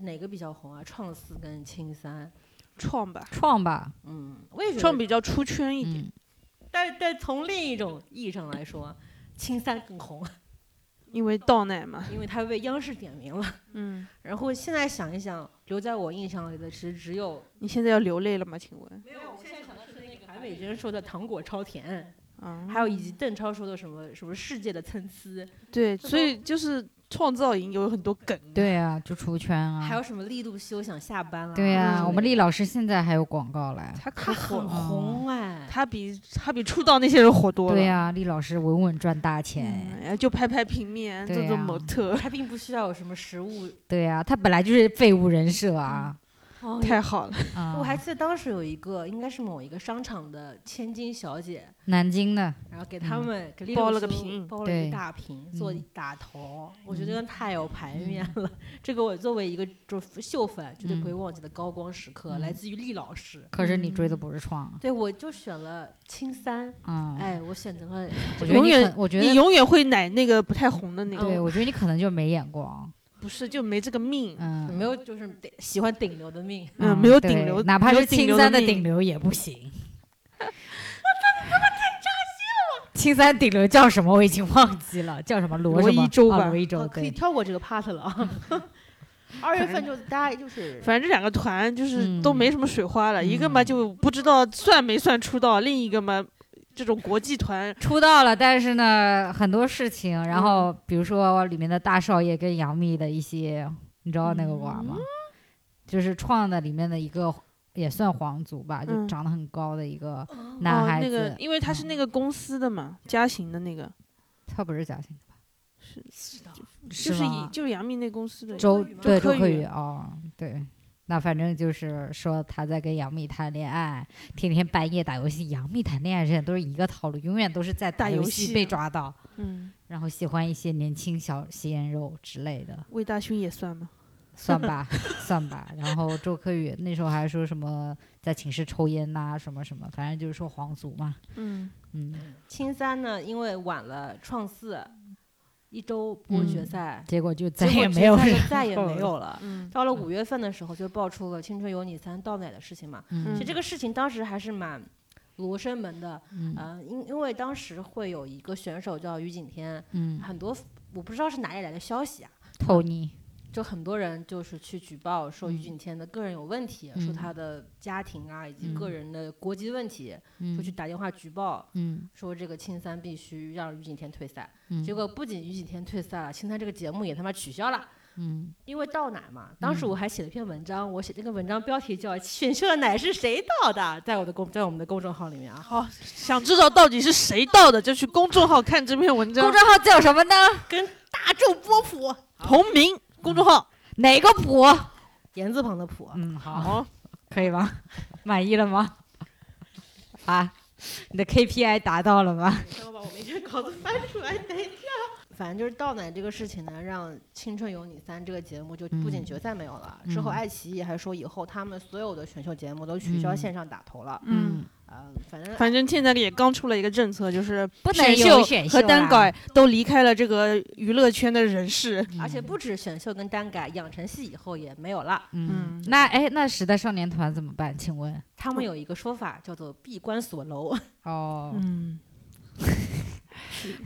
哪个比较红啊？创四跟青三，创吧，创吧，嗯，我也觉创得，比较出圈一点，嗯，但但从另一种意义上来说，青三更红，因为倒奶嘛。因为它被央视点名了。 [LAUGHS] 嗯，然后现在想一想，留在我印象里的只只有你现在要流泪了吗？请问？韩美珍说的“糖果超甜”，啊，还有以及邓超说的什么什么“世界的参差对，这所都以就是创造营有很多梗。对啊，就出圈”，还啊。有什么“力度休想下班”啊。对之类呀，的我们厉老嗯师现在还有广告嘞。他可他火很了，红哎，他比他比出道那些人火多了。对呀，厉老师稳稳赚大钱。嗯，然后就拍拍平面，对做做呀模特，他并不需要有什么食物对呀，他本来就是废物人设啊。哦太好了。啊我还记得当时有一个，应该是某一个商场的千金小姐，南京的，然后给他嗯们、给六包了个叔屏包了一对个大屏做嗯打头，我觉得太有排面了。这个我作为一个就是秀粉，绝对不会忘记的高光时刻，嗯来自于厉老师。可是你追嗯的不是创对，我就选了青三，啊。嗯哎，我选择了我觉得永你远可，我觉你得永远哦会奶那个不太红的那对，个，我觉得你可能就没眼光。不是就没这个命。嗯啊没有就是顶喜欢顶流的命，嗯没有顶对流哪怕没有是顶青流三的命顶流也不行。 [LAUGHS] 我操，你他妈太扎心了！青三顶流叫什么？我已经忘记了，叫什么罗罗什么一舟啊吧罗一舟啊可以对。跳过这个 part 了 [LAUGHS] 啊。二月份就大家就是反正这两个团就是都嗯没什么水花了，一个嘛嗯就不知道算没算出道，另一个嘛这种国际团，出道了，但是呢，很多事情，然嗯后比如说里面的大少爷跟杨幂的一些，你知道那个娃嗯吗？就是创的里面的一个，也算皇族吧，就嗯长得很高的一个男哦孩那子。个因为他是嗯那个公司的嘛，嘉行的那个，他不是假性的吧？是的就是是吗以就是杨幂那公司的周周对周柯柯宇宇哦，对，那反正就是说他在跟杨幂谈恋爱，天天半夜打游戏。杨幂谈恋爱之前都是一个套路，永远都是在打游游戏被抓到，嗯，然后喜欢一些年轻小鲜肉之类的，魏大勋也算吗？算 [LAUGHS] 吧算吧。然后周柯宇那时候还说什么在寝室抽烟呐、什么什么，反正就是说皇族嘛，嗯，嗯，青三呢，因为晚了创四一周播决嗯赛，结果就再结果也决没有赛人就再也没了，有了。嗯到了五月份的时候，就爆出了《青春有你三》倒奶的事情嘛。嗯其实这个事情当时还是蛮罗生门的，嗯呃，因因为当时会有一个选手叫于景天，嗯，很多我不知道是哪里来的消息啊，透你，就很多人就是去举报说于嗯景天的个人有问题，嗯说他的家庭啊以及个嗯人的国籍问题，嗯就去打电话举报。嗯说这个青三必须让于景天退赛，嗯，结果不仅于景天退赛了，青三这个节目也他妈取消了，嗯。因为倒奶嘛。当时我还写了篇文章，我写这个文章标题叫《选秀的奶是谁倒的》，在我的公在我们的公众号里面啊，好，想知道到底是谁盗的，就去公众号看这篇文公章，众号叫什么呢？大众波普，同名公众号。哪个普？言字旁的普，啊嗯，好，好，可以吗？ [LAUGHS] 满意了吗？ [LAUGHS] 啊，你的 KPI 达到了吗？让我把我那篇稿子翻出来，等一下。反正就是倒奶这个事情呢，让《青春有你三》这个节目就不仅嗯决赛没有了，之后嗯爱奇艺还说以后他们所有的选秀节目都取消嗯线上打头了。嗯，嗯，反正反正现在也刚出了一个政策，就是不能选有秀啊选秀和啦单改都离开了这个娱乐圈的人士。而且不止选秀跟单改，养成系以后也没有了。嗯，嗯那哎，那时代少年团怎么办？请问？他们有一个说法叫做“闭关锁楼哦，嗯，嗯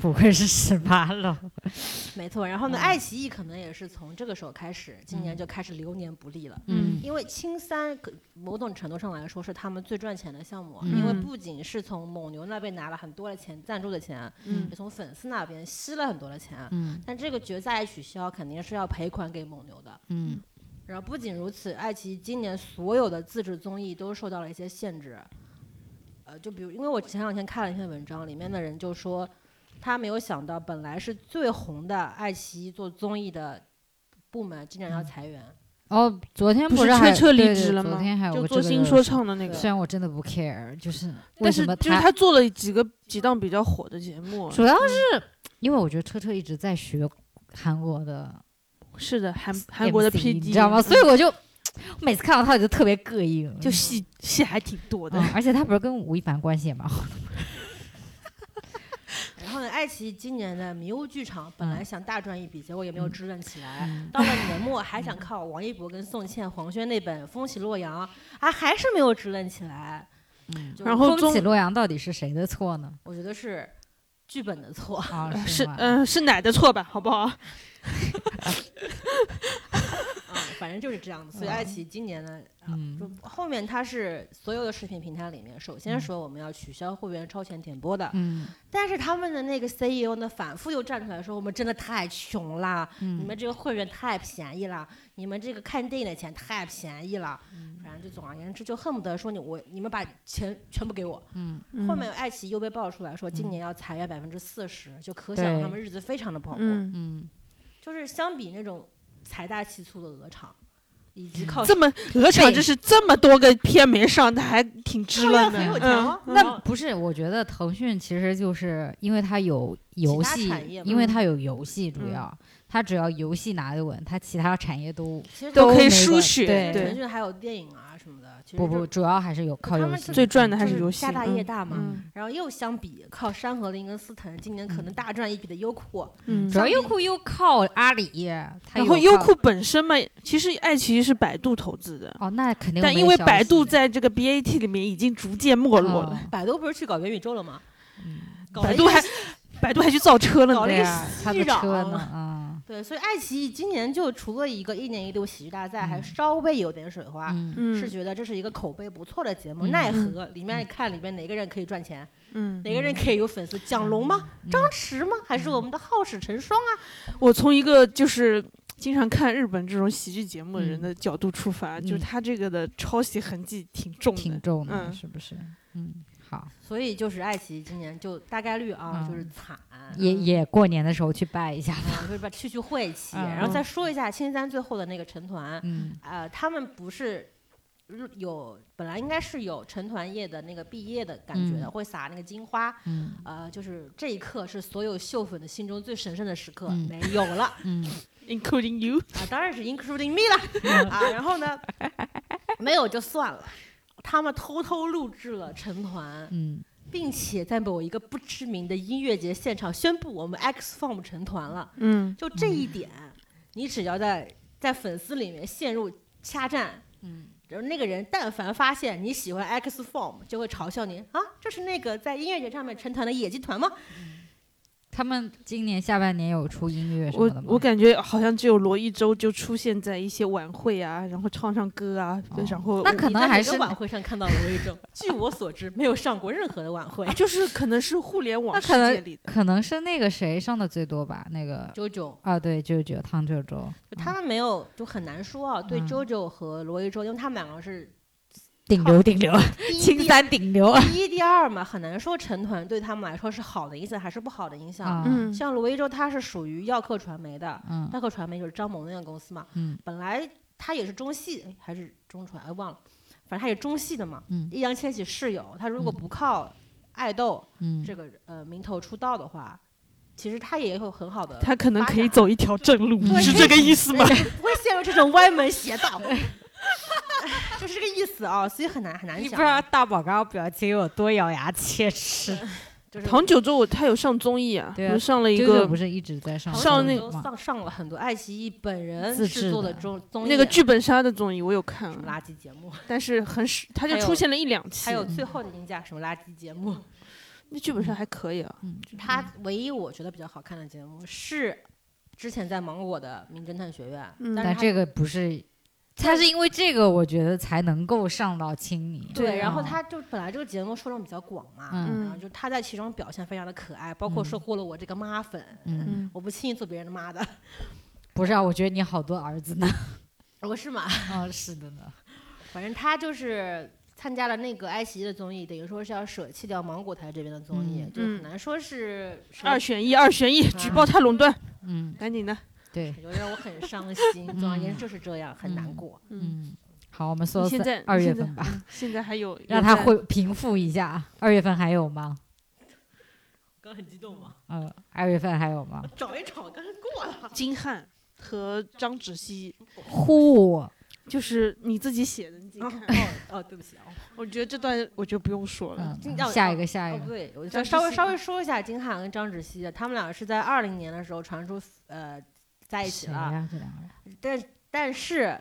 不愧是十八楼， [LAUGHS] 没错。然后呢，嗯爱奇艺可能也是从这个时候开始，今年就开始流年不利了。嗯因为青三可某种程度上来说是他们最赚钱的项目，啊嗯因为不仅是从蒙牛那边拿了很多的钱赞助的钱，嗯也从粉丝那边吸了很多的钱。啊嗯但这个决赛取消，肯定是要赔款给蒙牛的。嗯然后不仅如此，爱奇艺今年所有的自制综艺都受到了一些限制。呃，就比如，因为我前两天看了一篇文章，里面的人就说，他没有想到本来是最红的爱奇艺做综艺的部门，竟然要裁员。哦，昨天不是是还彻彻离对职对了昨吗天还有就个做这个新说唱的那个，虽然我真的不 care，就是为啊但是什么就是他他做了几个几档比较火的节目，啊主要是因为我觉得车车一直在学韩国的是的，韩韩国的 MC，你 PD，知道吗？嗯所以我就每次看到他我就特别膈应，就戏戏还挺多的嗯，，而且他不是跟吴亦凡关系也蛮好的，然后呢，爱奇艺今年的迷雾剧场本来想大赚一笔，结果也没有支棱起来。嗯到了年末还想靠王一博跟宋茜、黄轩那本《风起洛阳》，啊，还是没有支棱起来。就嗯然后风中起洛阳到底是谁的错呢？我觉得是剧本的 [LAUGHS] 错。啊，是吗？嗯、是奶的错吧，好不好？嗯，反正就是这样的。所以嗯爱奇艺今年呢，啊嗯就后面它是所有的视频平台里面，首先嗯说我们要取消会员超前点播的，嗯但是他们的那个 CEO 呢，反复又站出来说，我们真的太穷啦，你嗯们这个会员太便宜了，你们这个看电影的钱太便宜了，嗯反正就总而言之，就恨不得说你我你们把钱全部给我。嗯后面爱奇艺又被爆出来说，今嗯年要裁员百分之四十，就可想对他们日子非常的不好过。嗯，嗯，就是相比那种财大气粗的鹅厂，以 [LAUGHS] 及靠这么鹅厂就是这么多个片没上，他还挺支棱的很有，钱嗯哦，那不是，我觉得腾讯其实就是因为它有游其他戏产业，因为嗯嘛它有游戏，主要它只要游戏拿得稳，它其他产业都其实 [LAUGHS] 都可以没输关血对腾对讯还有电影啊什么的，其实不就不，主要还是有靠他游们戏是最赚的还就是游戏，家大业大嘛。嗯然后又相比靠山河令跟思腾，今年可能大赚一笔的优酷，嗯主要优酷又靠阿里，它然有后优靠酷本身嘛，其实爱奇艺是百度投资的，哦，那肯定但没因为消百息度在这个 BAT 里面已经逐渐没落了，哦百度不是去搞元宇宙了吗？嗯搞了 [LAUGHS] 百一度个还百度还去造车了搞了呢一对个啊，他西的壤车呢？啊，对，所以爱奇艺今年就除了一个一年一度喜剧大赛，还嗯稍微有点水花。嗯嗯是觉得这是一个口碑不错的节目，嗯奈何里面看里面哪个人可以赚钱，嗯，哪个人可以有粉丝？蒋龙吗？嗯张弛吗？还是我们的好事成双啊？我从一个就是经常看日本这种喜剧节目的人嗯的角度出发，就是嗯他这个的抄袭痕迹挺重的，挺重的，嗯是不是？嗯，好，所以就是爱奇艺今年就大概率啊，嗯就是惨，也也过年的时候去拜一下吧。啊就是把去去晦气。嗯然后再说一下青三最后的那个成团，嗯呃，他们不是有本来应该是有成团夜的那个毕业的感觉的，嗯会撒那个金花，嗯呃，就是这一刻是所有秀粉的心中最神圣的时刻，嗯没有了啊，嗯 including you，当然是 including me [LAUGHS] 了啊。然后呢，没有就算了，他们偷偷录制了成团，嗯，并且在某一个不知名的音乐节现场宣布我们 X Form 成团了。嗯，就这一点，你只要在在粉丝里面陷入掐战，嗯，然后那个人但凡发现你喜欢 X Form，就会嘲笑你啊，这是那个在音乐节上面成团的野鸡团吗？他们今年下半年有出音乐什么的我吗？我感觉好像只有罗一周就出现在一些晚会啊，然后唱唱歌啊，哦然后。那可你能在还哪个是晚会上看到罗一 [LAUGHS] 正，据我所知，没有上过任何的晚会就是可能是互联网啊那世可界能里的，可能是那个谁上的最多吧？那个九九，啊，对，舅舅汤舅舅就他们没有，就很难说啊。对嗯 JoJo 和罗一周，因为他们两个是顶流顶 [LAUGHS] 流，第一、青第三顶流第一、第二嘛，很难说成团对他们来说是好的影响还是不好的影响。啊，嗯像罗一周，他是属于耀客传媒的，嗯耀客传媒就是张萌那个公司嘛，嗯本来他也是中戏哎还是中传，哎忘了，反正他也中戏的嘛。嗯易烊千玺室友，他如果嗯不靠爱豆嗯这，个呃名头出道的话，其实他也有很好的，他可能发可以展走一条正路，对是这个意思吗？不会陷入这种歪门邪道， [LAUGHS] 就是这个意思啊、所以很难很难你不讲啊知道，大宝刚刚表情有多咬牙切齿。嗯就是唐九洲他有上综艺啊，对啊不是上了一舅舅个不是一直在上上综那艺都吗上上了很多爱奇艺本人自制制作的的综综艺啊啊那个剧本杀的综艺，我有看什么了，垃圾节目，但是很少，他嗯还就有出现了一两期还。有最后的赢家什么垃圾节目，那剧本杀还可以啊，嗯，他唯一我觉得比较好看的节目是之前在芒果的《名侦探学院》嗯但是它但这个不是，他是因为这个，我觉得才能够上到青你。对，然后嗯他就本来这个节目受众比较广嘛，嗯然后就他在其中表现非常的可爱，包括嗯收获了我这个妈粉，嗯，嗯，我不轻易做别人的妈的，不是啊，我觉得你好多儿子呢。 [LAUGHS] 我哦是吗？ [LAUGHS] 啊，是的呢。反正他就是参加了那个爱奇艺的综艺，等于说是要舍弃掉芒果台这边的综艺，嗯就很难说是谁二选一，二选一，举报他垄断，嗯，赶紧的，对，有让我很伤心。总而言之就是这样，很难过。嗯，嗯，好，我们你说现在二你月现在嗯份吧，现在还有让他会平复一下。二月份还有吗？刚很激动嘛，嗯，二月份还有吗？找一找，刚才过了。金瀚和张芷溪，呼，就是你自己写的，你自己看。 [LAUGHS] 哦哦，对不起啊，我觉得这段我就不用说了，嗯这样，下一个，下一哦个不，对，我就张芷稍微溪稍微说一下金瀚跟张芷溪，他们俩是在二零年的时候传出呃在一起谁啊了，呀？这两个人，但但是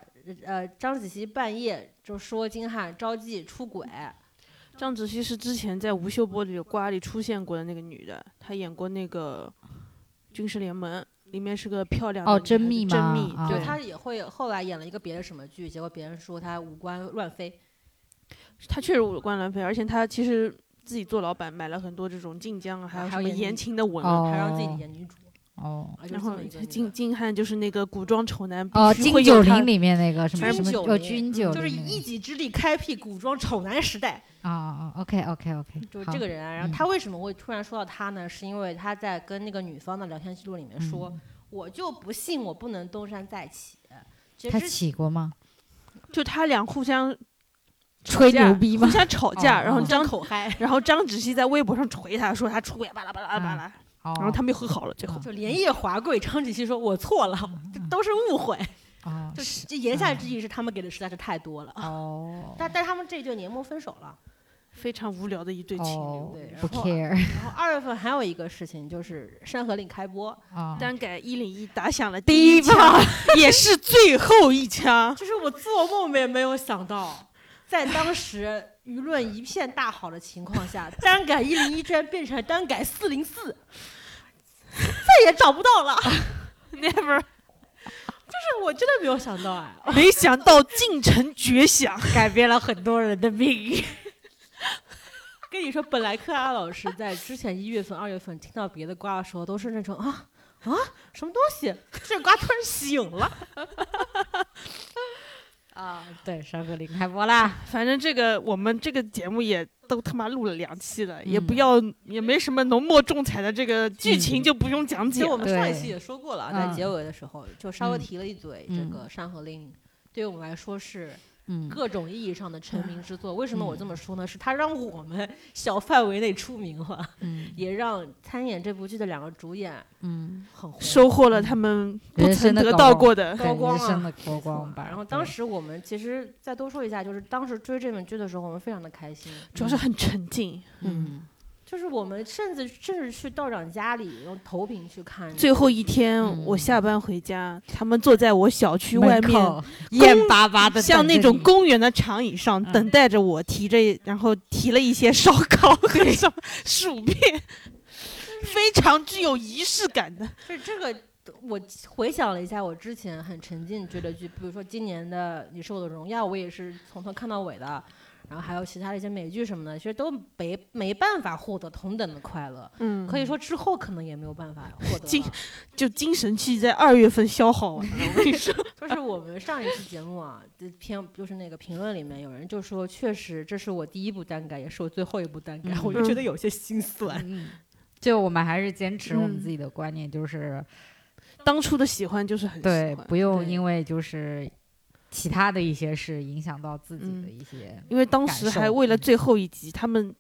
呃张芷溪半夜就说金瀚招妓出轨，张芷溪是之前在吴秀波里的瓜里出现过的那个女的，她演过那个《军事联盟》，里面是个漂亮的哦女孩子甄宓甄吗宓，啊就哦对，她他也会后来演了一个别的什么剧，结果别人说他五官乱飞，她确实五官乱飞，而且她其实自己做老板买了很多这种晋江啊，还有还什有么延言庆情的文啊。哦，还让自己演女主，哦。啊就是然这后么一个女金的金瀚就是那个古装丑男，哦，必须金会九有他龄里面那个什么什军么九龄哦，军九龄就是那个以一己之力开辟古装丑男时代，啊啊，OK OK OK，就是这个人啊。然嗯后他为什么会突然说到他呢？是因为他在跟那个女方的聊天记录里面说：“嗯我就不信我不能东山再起。”其他实之起过吗？就他俩互相吵吹架牛逼吗互？相吵架，哦然后哦张口嗨，然后张芷溪在微博上捶他说他出轨，巴拉巴拉巴拉，哦，然后他们又和好了，最后嗯就连夜华贵。张芷溪说：“我错了，这都是误会。哦”就是这言下之意是他们给的实在是太多了。哦，但但他们这一对年末分手了。非常无聊的一对情哦侣。对然不后啊 care 然后二月份还有一个事情就是《山河令》开播，啊，单改一零一打响了第第一一炮枪，也是最后一枪。就是我做梦也没有想到，在当时舆论一片大好的情况下，单改一零一居然变成了单改四零四，再也找不到了。 [LAUGHS] [LAUGHS] Never，就是我真的没有想到哎，没想到进程绝响。改变了很多人的命运。 [LAUGHS] 跟你说，本来克拉老师在之前一月份、二月份听到别的瓜的时候，都是那种啊啊什么东西，这瓜突然醒了。啊，对，山河令开播啦， [LAUGHS] 反正这个我们这个节目也都他妈录了两期了，嗯也不要也没什么浓墨重彩的，这个剧情就不用讲其解实了。我们上一期对也说过了，嗯在结尾的时候就稍微嗯提了一嘴嗯这个《山河令》。对于我们来说是嗯，各种意义上的成名之作。为什么我这么说呢？是它让我们小范围内出名了，嗯也让参演这部剧的两个主演嗯，很红。收获了他们不人曾生的得高到光过的。高光啊对人生的高光吧。然后当对时我们其实再多说一下，就是当时追这本剧的时候，我们非常的开心。主要是很沉浸，嗯，就是我们甚至甚至去道长家里用投屏去看，最后一天，嗯我下班回家，他们坐在我小区门外面，口 [LAUGHS] 眼巴巴的，像那种公园的长椅上、嗯等待着我，提着然后提了一些烧烤和 [LAUGHS] 什么薯片，非常具有仪式感的。这这个。我回想了一下，我之前很沉浸追的剧，比如说今年的《你是我的荣耀》，我也是从头看到尾的，然后还有其他的一些美剧什么的，其实都没没办法获得同等的快乐，嗯可以说之后可能也没有办法获得精了。就精神气在二月份 [LAUGHS] 消耗啊完了。我跟你说，就是我们上一期节目啊，这篇就是那个评论里面有人就说，确实这是我第一部单改，也是我最后一部单改，嗯我就觉得有些心酸。 [LAUGHS] 嗯，就我们还是坚持我们嗯自己的观念，就是当初的喜欢就是很对喜，欢，不用对因为就是其他的一些事影响到自己的嗯一些，因为当时感受还为了最后一集，他们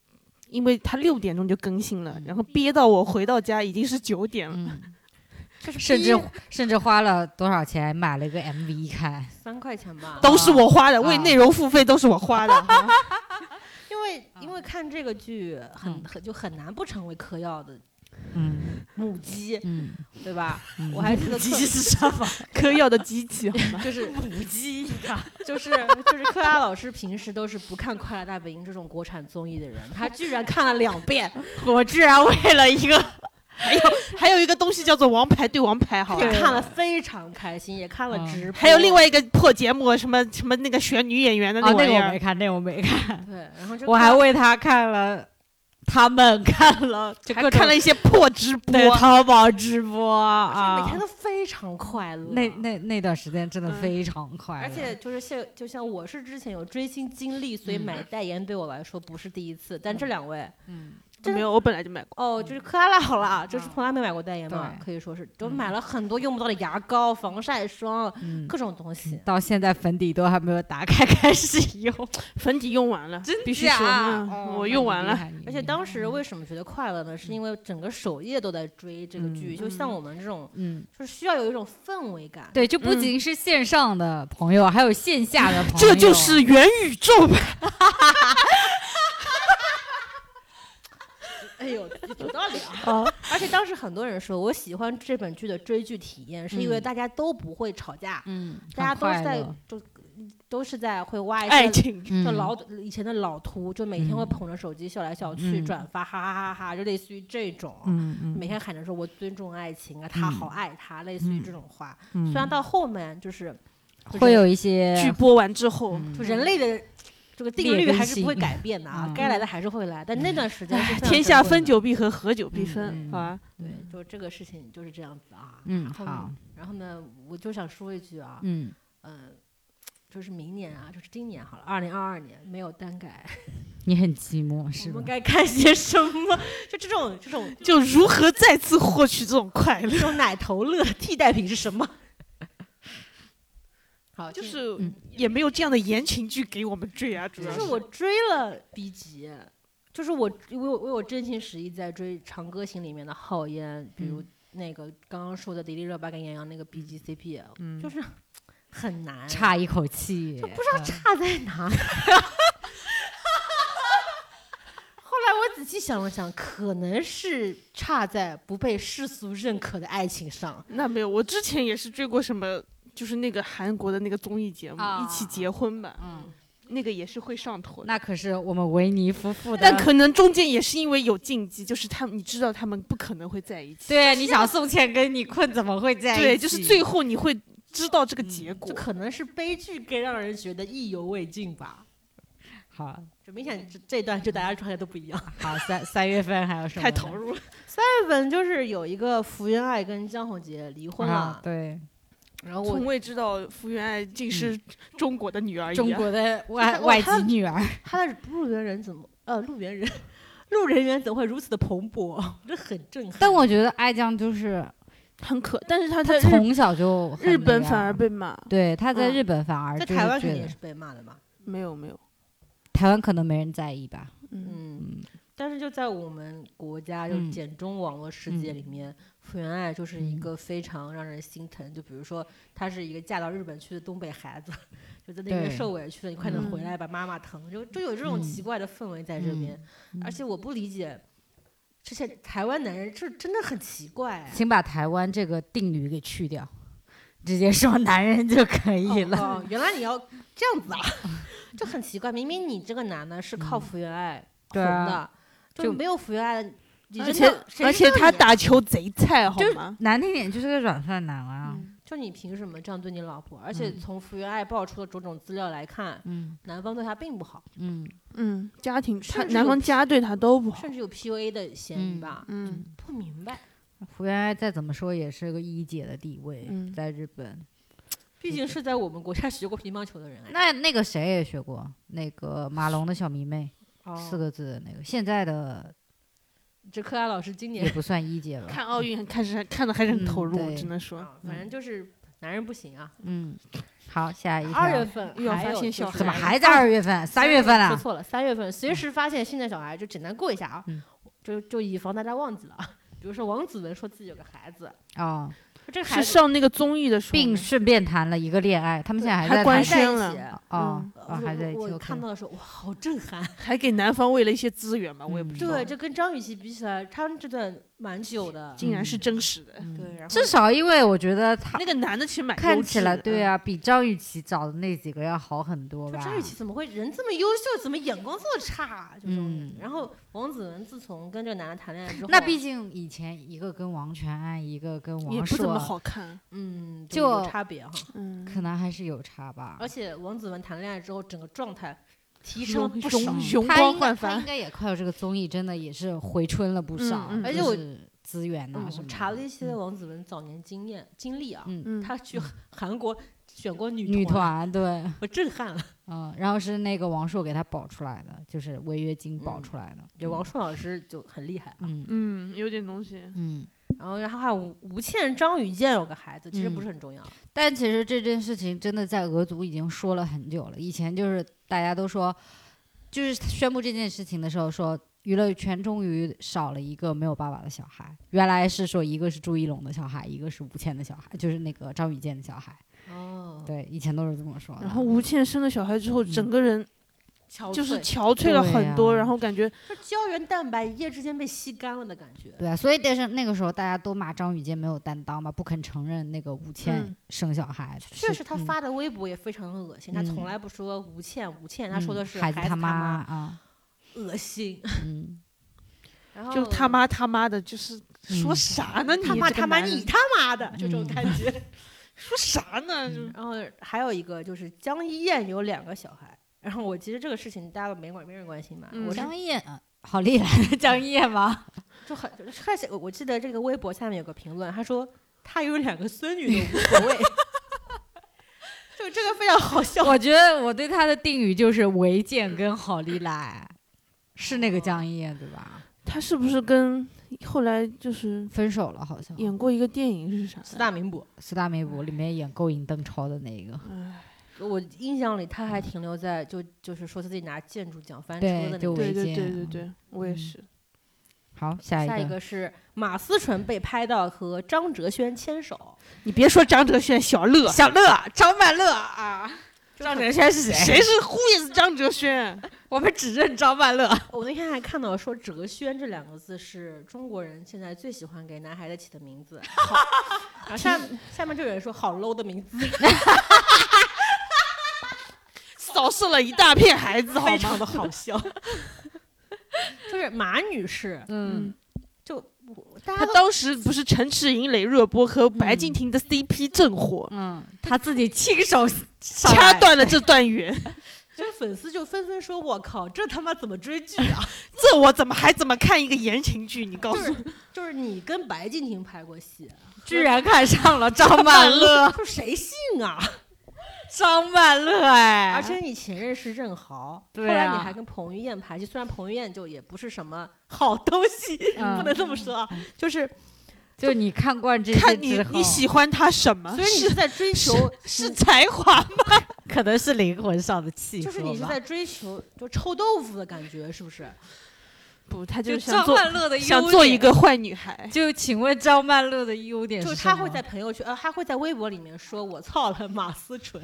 因为他六点钟就更新了嗯，然后憋到我回到家已经是九点了。嗯，就是甚第至一甚至花了多少钱买了一个 MV 看，三块钱吧，都是我花的，啊为内容付费都是 [LAUGHS] 我花的。因为啊嗯因为看这个剧很很就很难不成为嗑药的嗯母鸡，嗯，对吧？嗯我还记得特是啥嘛？嗑药的机器， [LAUGHS] 就是母鸡， [LAUGHS] 就是就是克拉老师平时都是不看《快乐大本营》这种国产综艺的人，他居然看了两 [LAUGHS] 遍，我居然为了一个，还有还有一个东西叫做《王牌对王牌》，好吧也？看了非常开心，也看了嗯直播，还有另外一个破节目，什么什么那个选女演员的哦，啊那玩个意我儿没，看，那个我没看，对，然后就我还为他看了，他们看了，就还各种看了一些破直播。对淘宝直播而且每啊天，都非常快乐，那那那段时间真的嗯非常快乐，而且就是像就像我是之前有追星经历，所以嗯买代言对我来说不是第一次，但这两位 [LAUGHS] 嗯，这 [LAUGHS] 没有，我本来就买过。哦，就是克拉拉好了，就是啊从来没买过代言嘛，对可以说是就嗯买了很多用不到的牙膏、防晒霜、嗯各种东西。到现在粉底都还没有打开开始用，粉底用完了，必须说，假嗯哦我用完了。，而且当时为什么觉得快乐呢？是因为整个首页都在追这个剧，嗯就像我们这种，嗯，就是需要有一种氛围感。 [LAUGHS] 对，就不嗯仅是线上的朋友，还有线下的朋友，这就是元宇宙吧？哎呦，有道理啊！哦 [LAUGHS] 而且当时很多人说，我喜欢这本剧的追剧体验，是因为嗯大家都不会吵架，嗯，大家很都是快在乐就都是在会挖一爱些情就嗯老以前的老图，就每天会嗯捧着手机笑来笑去，嗯转发哈哈哈哈，就类似于这种，嗯嗯，每天喊着说我尊重爱情啊，他好爱他，类似于这种话。嗯虽然到后面就是就是会有一些 [LAUGHS] 剧播完之后，嗯就人类的这个定劣律根还是不会性改变的啊嗯，该来的还是会来，但那段时间是哎 [LAUGHS] 非，常天下珍贵分的，久必合，合久必分嗯，嗯好吧？对，就这个事情就是这样子啊。嗯然后好，然后呢，我就想说一句啊，嗯，嗯，就是明年啊，就是今年好了，二零二二年没有单改。你很寂寞是我吧们？该看些什么？就这种这种就如何再次获取这种快乐？这种奶头乐替代品是什么？ [LAUGHS] 好，就今是嗯也没有这样的言情剧给我们追啊，主就要是我追了 B 级，就是我我有我有真情实意在追《长歌行》里面的浩烟，比如那个刚刚说的迪丽热巴跟杨洋那个 B 级 CP，、嗯就是很难，差一口气，嗯不知道差差在 [LAUGHS] 哪里。后来我仔细想了想，可能是差在不被世俗认可的爱情上。那没有，我之前也是追过什么，就是那个韩国的那个综艺节目啊《一起结婚吧嗯，》，那个也是会上头的。那可是我们维尼夫妇的。但可能中间也是因为有禁忌，就是他们，你知道他们不可能会在一起。对，你想宋茜跟你困怎么会在一起？对，就是最后你会知道这个结果就。可能是悲剧更让人觉得意犹未尽吧。好就明显这这段就大家状态都不一样。好三三月份还有什么太呢？投入了，日本就是有一个福原爱跟江宏杰离婚啊了，，对然后我从未知道福原爱竟是中国的女儿一中样。国的外就是我外籍看女儿，他的路人人怎么呃路人 [LAUGHS] 人路人缘怎么会如此的蓬勃？ [LAUGHS] 这很震撼。但我觉得爱酱就是很可，但是她在日从小就很日本那样反而被骂，对她在嗯日本反而在就是台湾觉肯定得也是被骂的嘛，没有没有，台湾可能没人在意吧，嗯，嗯。但是就在我们国家，就嗯简中网络世界里面，福原爱就是一嗯个非常让人心疼。就比如说，她是一个嫁到日本去的东北孩子， [LAUGHS] 就在那边对受委屈了，你快点回来吧，妈妈疼，就就有这种嗯奇怪的氛围在这嗯边。而且我不理解，这些台湾男人这真的很奇怪。啊请把台湾这个定语给去掉，直接说男人就可以了。哦，哦原来你要这样子 [LAUGHS] 啊，就很奇怪。明明你这个男的是靠福原爱红嗯对啊的，就就没有福原爱，你而真且的谁而且知道她你啊打球贼菜，好就吗？嗯难听点就是个软饭男啊，就你凭什么这样对你老婆？而且嗯从福原爱爆出的种种资料来看，嗯男方对她并不好，嗯嗯，家庭她甚至有男方家对她都不好甚。至有 PUA 的嫌疑吧？嗯不明白，福原爱再怎么说也是个一姐的地位，嗯在日本。毕竟是在我们国家学过乒乓球的人哎，那那个谁也学过，那个马龙的小迷妹，哦四个字的那个，现在的这柯拉老师今也年，不算一姐吧。看奥运看是看的还是很投嗯入，我对只能说啊反正就是男人不行啊。嗯，好，下一条。二月份又要还发有现就小是怎么孩还在二月份？三月份啊说了。错了，三月份随时发现新的小孩就简单过一下啊嗯，就就以防大家忘记了 [LAUGHS] 啊。比如说王子文说自己有个孩子，哦，说这个孩是子上那个综艺的时候并吗，顺便谈了一个恋爱，他们现在还在还官谈还宣在一了起。哦嗯哦还在一起。我我 OK 看到的时候，哇，好震撼！还给男方喂了一些资源吧，我也嗯不知道。对，这跟张雨绮比起来，他们这段蛮久的，竟然是真实的。嗯对，然后至少因为我觉得他那个男的其实蛮看优起质嗯来的对，啊，比张雨绮找的那几个要好很多说吧。张雨绮怎么会人这么优秀，怎么眼光这么差？啊就这种人嗯然后王子文自从跟这个男的谈恋爱之后，那毕竟以前一个跟王全安，一个跟嗯也王不怎么朔，好看。嗯就对有差别哈。嗯，可能还是有差吧嗯而。且王子文谈恋爱之后，整个状态提升容不少。容嗯容他光应该焕他发应。该也靠这个综艺，真的也是回春了不少，嗯嗯而且我就是资源呐、嗯什么的。查了一些王子文早年经验经历啊，嗯，嗯，他去韩国选过女女团，团对，我震撼了。嗯，然后是那个王朔给他保出来的，就是违约金保出来的。就王朔老师就很厉害啊。嗯嗯，有点东西。嗯，然后然后还有吴吴倩、张雨健有个孩子，其嗯实不是很重要。但其实这件事情真的在俄族已经说了很久了。以前就是大家都说，就是宣布这件事情的时候说，娱乐圈终于少了一个没有爸爸的小孩。原来是说一个是朱一龙的小孩，一个是吴倩的小孩，就是那个张雨健的小孩。哦，对，以前都是这么说的。然后吴倩生了小孩之后，整嗯个人憔就是悴憔悴了对很多，呀然后感觉就胶原蛋白一夜之间被吸干了的感觉。对啊，所以但是那个时候大家都骂张雨健没有担当嘛，不肯承认那个吴倩嗯生小孩。确实，他嗯发的微博也非常的恶心，他嗯从来不说吴倩，吴倩，他说的嗯是孩子他妈， [LAUGHS] 啊，恶心。 [LAUGHS] 嗯，然后就他妈他妈的，就是说嗯啥呢？你哦他妈这个他妈男人你他妈的就这种嗯感觉。说啥呢？就然后还有一个就是江一燕有两个小孩，然后我其实这个事情大家都没关没人关心嘛，嗯我是张一燕啊好厉害的张一燕 [LAUGHS] 吗？就很就是看起我我记得这个微博下面有个评论，他说他有两个孙女都无所谓，就这个非常好笑。我觉得我对她的定语就是违建跟好利来，是那个江一燕对吧？他是不是跟后来就是分手了好像，演过一个电影是啥？四大名 [LAUGHS] 捕，四大名捕里面演勾引邓超的那个，哎，我印象里他还停留在就就是说自己拿建筑奖翻车对的那就个。违对对建对对嗯对，我也是。好，下一下一个个是马思纯被拍到和张哲轩牵手，你别说张哲轩、小乐，小乐、张曼乐啊，张哲轩是谁？是 who is 张哲轩？我们只认张曼乐。我那天还看到说“哲轩”这两个字是中国人现在最喜欢给男孩子起的名 [LAUGHS] 字，好然后下下面就有人说好 low 的名字，扫射了一大片孩子，好非吗？常的好笑。就是马女士，嗯，就我大 [LAUGHS] 家他都当时不是陈池银、磊若波和白敬亭的 CP 正火，嗯，他自己亲手上掐来断了这段缘。就是粉丝就纷纷说：“我靠，这他妈怎么追剧啊 [LAUGHS] [LAUGHS] 这我怎么还怎么看一个言情剧？你告诉我，？”就是你跟白敬亭拍过戏，啊居然看上了张曼乐，就谁信啊？ [LAUGHS] 张曼乐哎，而且你前任是任豪，对后来你啊还跟彭于晏拍戏，虽然彭于晏就也不是什么好东西，嗯不能这么说啊，就是 [LAUGHS] 就你看惯这些看你之后，你喜欢他什么啊所？以你是在追求，是才华吗？可能是灵魂上的契就是合你是吧在追求就臭豆腐的感觉，是不是？不，他就想张做曼乐的优点想做一，个坏女孩。就请问张曼乐的优点就是是什么他会在朋友圈，呃，他会在微博里面说：“我操了马思 [LAUGHS] 纯。”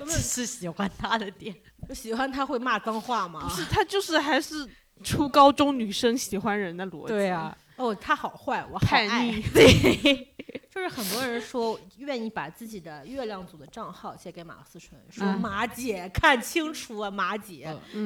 有没有是喜欢他的点， [LAUGHS] 就喜欢他会骂脏话吗不？是，他就是还是初高中女生喜欢人的逻辑。对啊，哦，他好坏，我好叛爱。 [LAUGHS] 逆。就是很多人说愿意把自己的月亮组的账号借给马思纯，说嗯马姐看清楚啊，马姐。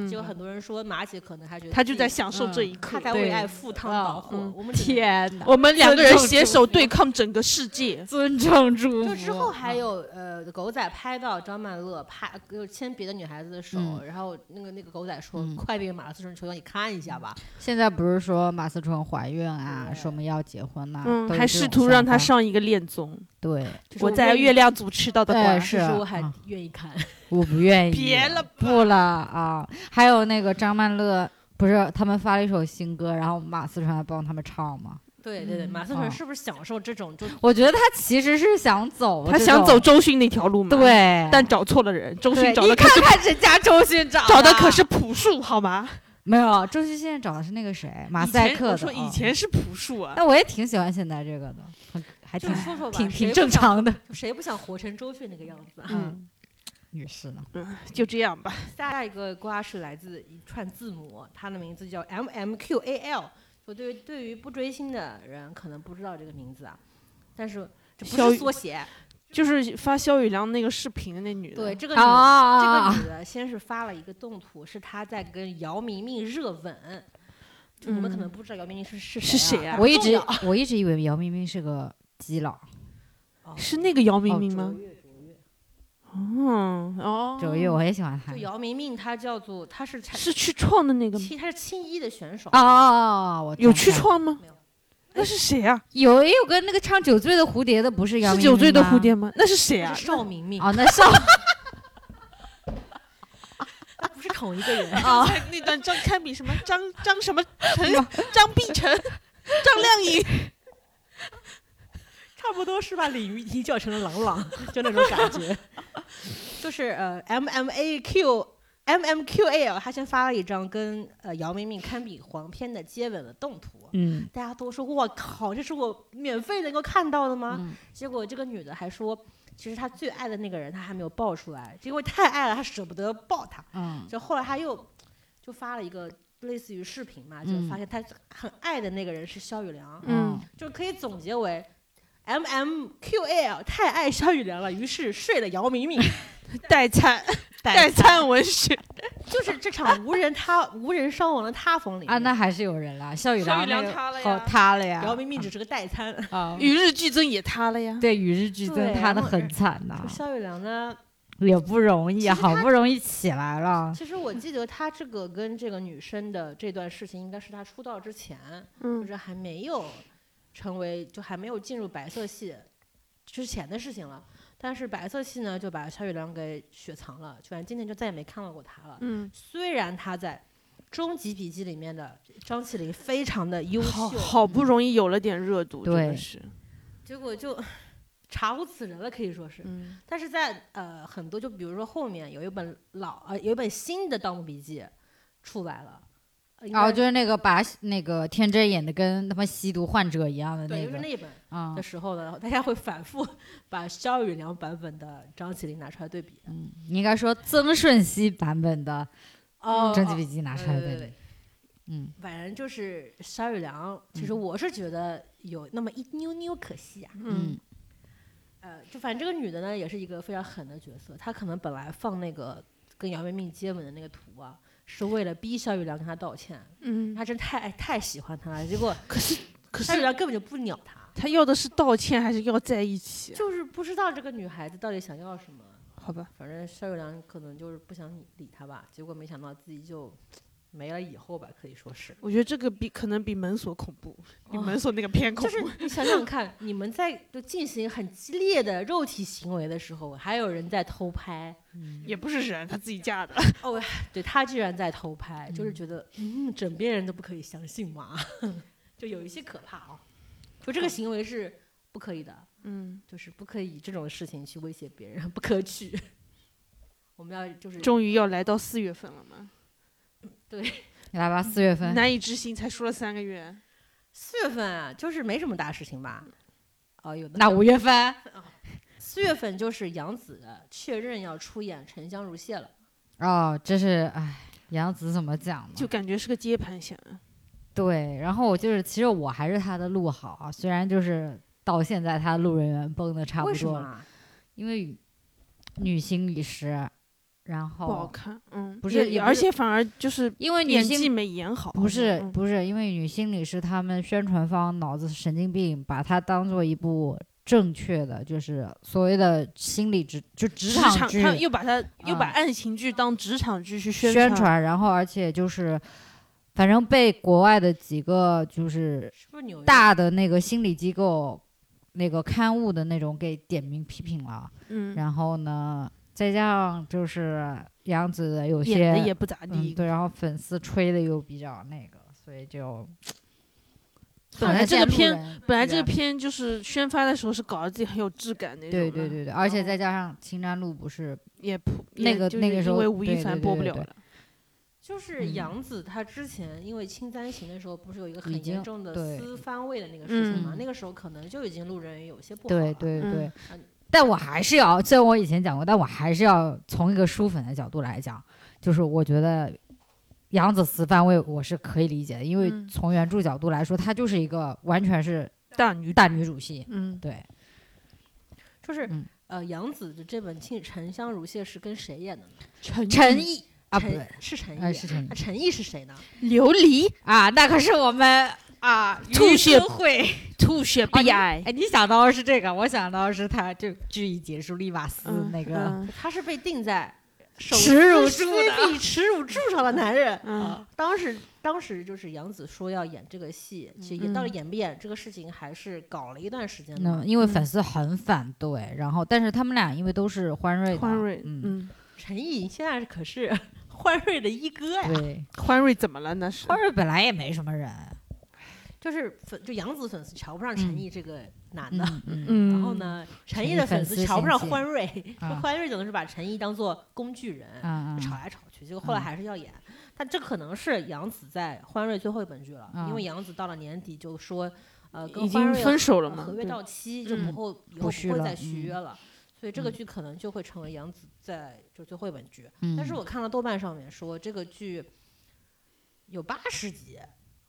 结果嗯，很多人说马姐可能还觉得他就在自己享受这一他刻。在对为爱赴汤蹈火嗯。我们只能天哪，我们两个人携尊重手对抗整个世界。尊重 [LAUGHS] 祝福。就之后还有呃，狗仔拍到张曼乐拍就牵别的女孩子的手，嗯然后那个那个狗仔说：“嗯快给马思纯求求你看一下吧。现在不是说马思纯怀孕啊，对什么要结婚呐、嗯都，有还这试种图让相他关上一个恋综。对，就是我在愿意月亮组吃到的对瓜。是其实啊我还嗯愿意看，我不愿意，别了不了啊！还有那个张曼乐，不是他们发了一首新歌，然后马思纯还帮他们唱吗？对对对，马思哦纯是不是享受这种就我觉得他其实是想走，他想走，周迅那条路嘛。对，，但找错了人。周对迅找的你可看是看人家周迅找找的可是朴树，好吗？没有，周迅现在找的是那个谁，马赛以前克我的。说以哦前，是朴树啊。但我也挺喜欢现在这个的，很还就挺说说吧，挺谁挺不正想，常的。谁不想活成周迅那个样 [LAUGHS] 子啊？嗯，也是呢，嗯，就这样吧。下一个瓜是来自一串字母，它的名字叫 M M Q A L，我对于对于不追星的人可能不知道这个名字啊，但是这小不雨是缩写。嗯就是发肖宇良那个视频的那女的，对，这个女、这啊个，女的先是发了一个动图，是她在跟姚明明热吻。就你们可能不知道姚明明是是是谁谁啊？啊但我一重直要 [LAUGHS] 我一直以为姚明明是个基佬，哦是那个姚明明哦吗？嗯，哦，九月我很喜欢就他们。姚明明，她叫做她是她是去创的那个吗，青她是青一的选手哦，哦哦，我有去去创吗没有？那是谁啊？有也有个那个唱《酒醉的蝴蝶》的，不是姚是明酒明醉的吗蝴蝶吗？那是谁她啊是？邵明明，哦，那是她不是同一个人。 [LAUGHS] 啊，那段张堪比什么张张什么陈张碧晨、张靓颖， [LAUGHS] 差不多是把鲤鱼提叫成了郎朗， [LAUGHS] 就那种感觉。 [LAUGHS] 就是呃，M M A Q M M Q A L，他先发了一张跟呃姚明明堪比黄片的接吻的动图，嗯大家都说我靠，这是我免费能够看到的吗？嗯结果这个女的还说，其实她最爱的那个人她还没有抱出来，因为太爱了，她舍不得抱他。嗯就后来她又就发了一个类似于视频嘛，就嗯发现她很爱的那个人是肖宇良。嗯嗯，就可以总结为 M M Q L 太爱肖宇良了，于是睡了姚明 [LAUGHS] 明。代餐，代餐文 [LAUGHS] 学，就是这场无人他无人伤亡的塌房里啊，面那还是有人啦，肖宇邵良宇良那个塌了好呀塌了呀，姚明明只是个代餐。 [LAUGHS] [LAUGHS] 啊，与日俱增也塌了呀。对与日俱增对塌的然后很惨呐就，肖宇良呢？也不容易，其实好他不容易起来了，其实我记得他这个跟这个女生的这段事情，应该是他出道之前，就嗯，是还没有成为，就还没有进入白色系之前的事情了。但是白色系呢，就把肖宇良给雪藏了，就反正今天就再也没看到过他了。嗯，虽然他在《终极笔记》里面的张起灵非常的嗯优秀，好好不容易有了点热度，真对的是，结果就 [LAUGHS] 查无此人了，可以说是。嗯但是在呃很多，就比如说后面有一本老呃有一本新的《盗墓笔记》出来了，呃应哦，该就是那个把那个天真演的跟他妈吸毒患者一样的对，那就是个那一本嗯啊的，时候呢，大家会反复 [LAUGHS] 把肖宇良版本的张起灵拿出来对比。嗯，你应该说曾舜晞版本的哦，嗯《蒸汽笔记》拿出来对对的对，嗯，反正就是肖宇良，其实我是觉得有那么一妞妞可惜啊。嗯，呃，就反正这个女的呢，也是一个非常狠的角色。她可能本来放那个跟姚明明接吻的那个图啊，是为了逼肖宇良跟她道歉。嗯，她真太太喜欢他了，结果可是可肖宇是良根本就不鸟她，他要的是道歉，还是要在一起？就是不知道这个女孩子到底想要什么。好吧，反正肖宇良可能就是不想理理她吧，结果没想到自己就没了以后吧，可以说 [LAUGHS] 是。我觉得这个比可能比门锁恐怖，比哦门锁那个偏恐就怖。是你想想看，你们在就进行很激烈的肉体行为的时候，还有人在偷拍，也不是人，他自己嫁的。对他居然在偷拍，就是觉得嗯，枕边人都不可以相信嘛， [LAUGHS] 就有一些可怕啊。就这个行为是不可以的，嗯，就是不可以以这种事情去威胁别人，不可取。我们要就是终于要来到四月份了嘛，来吧，四月份，难以置信，才说了三个月。四月份啊，就是没什么大事情吧？哦，有的那五月份，四月份就是杨紫确认要出演《沉香如屑》了，哦，这是哎，杨紫怎么讲呢？就感觉是个接盘侠。对，然后我就是，其实我还是他的路好啊，虽然就是到现在他的路人缘崩的差不为什多么了，啊？因为女星已失，然不好后看，嗯，哦不是也也不而是且反而就是因为女演技星没演好，不是嗯不是因为女心理师他们宣传方脑子神经病，把它当做一部正确的，就是所谓的心理职就职嗯职场场，剧他又把他又把啊爱情剧当职场剧去宣传，传，然后而且就是反正被国外的几个就是是不是纽约？大的那个心理机构那个刊物的那种给点名批评了，嗯，然后呢，再加上就是杨紫有些演的也不咋嗯地，对，然后粉丝吹的又比较那个，所以就本来这个片片本来这个片就是宣发的时候是搞得自己很有哦质感那种对的，对对对，而且再加上青山路不是也普那也个就是那个时候因为吴亦对凡对播不对了对了，就是嗯杨紫，她之前因为青簪行的时候，不是有一个已很经严重的对撕番位的那个事情吗？嗯那个时候可能就已经路人有些不好对了。对嗯对，嗯但我还是要，虽然我以前讲过，但我还是要从一个书粉的角度来讲，就是我觉得扬子词范卫我是可以理解的，因为嗯从原著角度来说，它就是一个完全是大女大女主戏。嗯，对，就是、嗯呃，杨紫的这本《庆沉香如屑》是跟谁演的呢？嗯陈陈毅啊，不陈对，是陈毅，呃是陈毅那陈毅是谁呢？琉璃啊，那可是我们啊，吐血会吐啊血你 [LAUGHS] 悲哀，哎，你想到的是这个，我想到的是他就剧一结束，利瓦斯嗯那个他是被定在手耻辱柱的的耻辱柱上的男 [LAUGHS] 人。啊嗯当时，当时就是杨紫说要演这个戏，其实也嗯到底演不演这个事情，还是搞了一段时间那的。因为粉嗯丝很反对，然后但是他们俩因为都是欢瑞的，欢瑞嗯，嗯陈毅现在可是 [LAUGHS] 欢瑞的一哥嗯呀，对，欢瑞怎么了那是欢瑞本来也没什么人，就是粉就杨紫粉丝瞧不上嗯陈毅这个男的，[LAUGHS] 嗯嗯，嗯然后呢，陈陈毅毅的粉粉丝丝瞧不嫌上弃欢瑞，说啊欢瑞总是把陈毅当做工具人，嗯吵嗯来吵去，结果后来嗯还是要演。但这可能是杨紫在欢瑞最后一本剧了，因为嗯杨紫到了年底就说，呃，跟已欢经瑞分手了呃嘛合约对到期，就嗯不后以不后不续会了再续约了。所以这个嗯剧可能就会成为杨紫在就最后一本剧，嗯，但是我看到豆瓣上面说这个剧有八十集，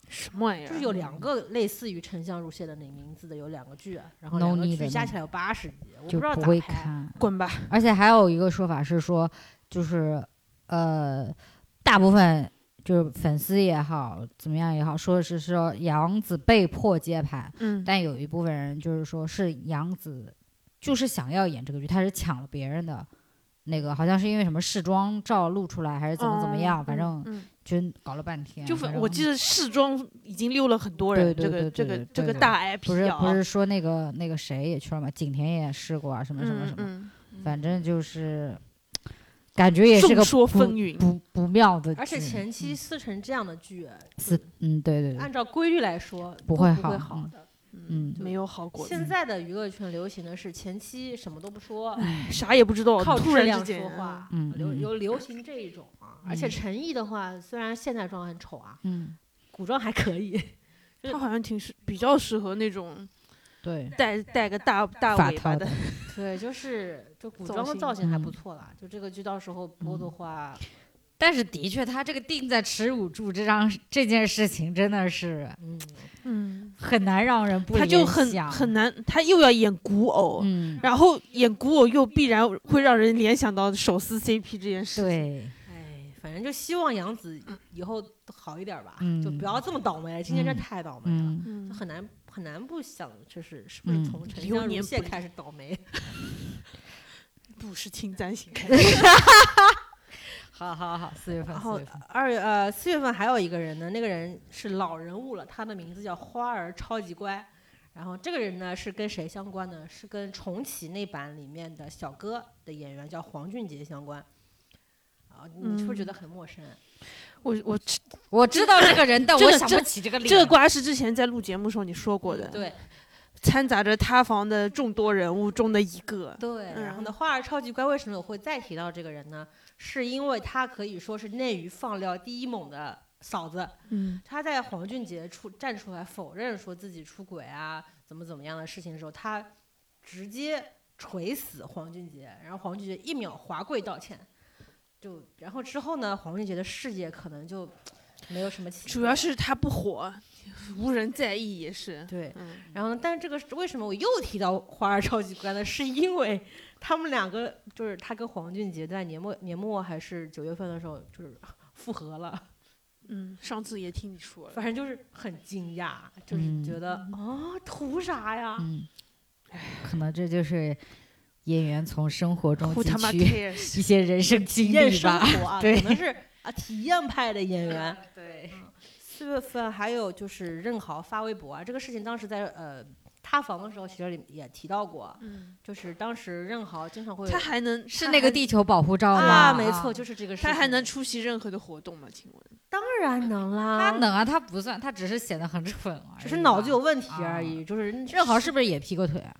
什么啊玩意儿就是有嗯两个类似于《沉香如屑》的那个名字的有两个剧，然后 No 两个 need 剧的加那起来有八十集，我不就知道不咋会拍。啊看，滚吧而且还有一个说法是说，就是呃，大部分就是粉丝也好，怎么样也好，说是说杨紫被迫接盘，嗯但有一部分人就是说是杨紫，就是想要演这个剧，她是抢了别人的那个，好像是因为什么试妆照露出来，还是怎么怎么样，反正嗯就搞了半天。就反反正我记得试妆已经溜了很多对人，对这个对这对个对这个对大不是 IP 啊，不是说那个那个谁也去了嘛，景甜也试过啊，什么什么什么，嗯反正就是感觉也是个众说不纷纭，不不妙的剧。嗯而且前期撕成这样的剧，是嗯对对对，按照规律来说不都会不会好好嗯的。嗯没有好果子，现在的娱乐圈流行的是前期什么都不说，哎啥也不知道，靠突质然之量间说话，嗯流嗯流流行这一种啊。而且陈毅的话，虽然现代装很丑啊，嗯古装还可以， [LAUGHS] 他好像挺适比较适合那种对带带个大大发尾条巴的，对，就是就古造装的型造型还嗯不错啦。就这个剧到时候播的嗯话，但是的确，他这个定在耻辱柱这张这件事情真的是嗯，嗯，很难让人不他就联很想很难，他又要演古偶，嗯，然后演古偶又必然会让人联想到手撕 CP 这件事，对，哎，反正就希望杨紫以后好一点儿吧，就嗯不要这么倒霉了。今天真嗯太倒霉了。嗯，嗯就，很难很难不想，就是是不是嗯从沉流香如年屑不开始倒霉？不是侵 [LAUGHS] 占性开好好好，四月份然四后月份，二月呃四月份还有一个人呢，那个人是老人物了，他的名字叫花儿，超级乖。然后这个人呢是跟谁相关呢？是跟重启那版里面的小哥的演员叫黄俊杰相关。啊，你是不是觉嗯得很陌生？我我我知道这个人，但这我个想这不起这个脸。这个瓜是之前在录节目时候你说过的，对掺杂着塌房的众多人物中的一个，对。然后呢，嗯花儿超级乖为什么我会再提到这个人呢？是因为他可以说是内娱放料第一猛的嫂子。嗯他在黄俊杰出站出来否认说自己出轨啊，怎么怎么样的事情的时候，他直接锤死黄俊杰，然后黄俊杰一秒华贵道歉，就然后之后呢，黄俊杰的事业可能就没有什么起色了。主要是他不火，无人在意也是，对，嗯然后呢，但是这个是为什么我又提到花儿超级乖呢？是因为他们两个就是他跟黄俊杰在年末年末还是九月份的时候就是复合了。嗯，上次也听你说了，嗯反正就是很惊讶，就是觉得啊、哦图啥呀？嗯，可能这就是演员从生活中 Who 汲他妈取 cares？一些人生经体验历生吧。活啊，对可能是啊体验派的演员。嗯对，四月份还有就是任豪发微博啊，这个事情当时在呃塌房的时候，其实也提到过， [LAUGHS] 嗯，就是当时任豪经常会他还能是那个地球保护罩吗？啊，没错，就是这个事情。他还能出席任何的活动吗？请问，当然能他啦，能啊，他不算，他只是显得很蠢而已。只是脑子有。问题而已，就是任豪是不是也劈过腿啊？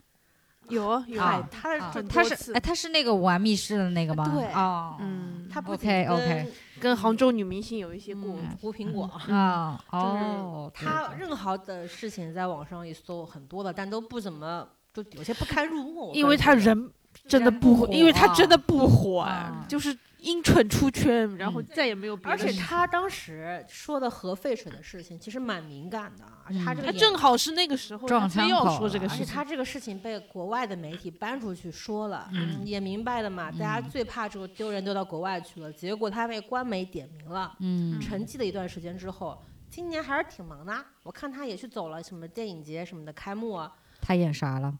有啊有哎啊，他啊的他多是次哎，他是那个玩密室的那个吗？对哦，嗯，他不 OK，OK 跟杭州女明星有一些过嗯往，胡苹果。啊就是哦，对他对任何的事情在网上一搜很多的，但都不怎么就有些不堪入目。我因为感他觉人真的人不不火，火因为他真的不火啊，就是英蠢出圈，然后嗯再也没有别而的且事情。他当时说的核废水的事情，其实蛮敏感的，啊而且他嗯这个他也正好是那个时候，撞他非枪要口说这了个而事且情。他这个事情被国外的媒体搬出去说了，嗯也明白了嘛，大家嗯最怕这个丢人丢到国外去了。结果他被官媒点名了，嗯，沉寂了一段时间之后，今年还是挺忙的。啊我看他也去走了什么电影节什么的开幕啊，他演啥了？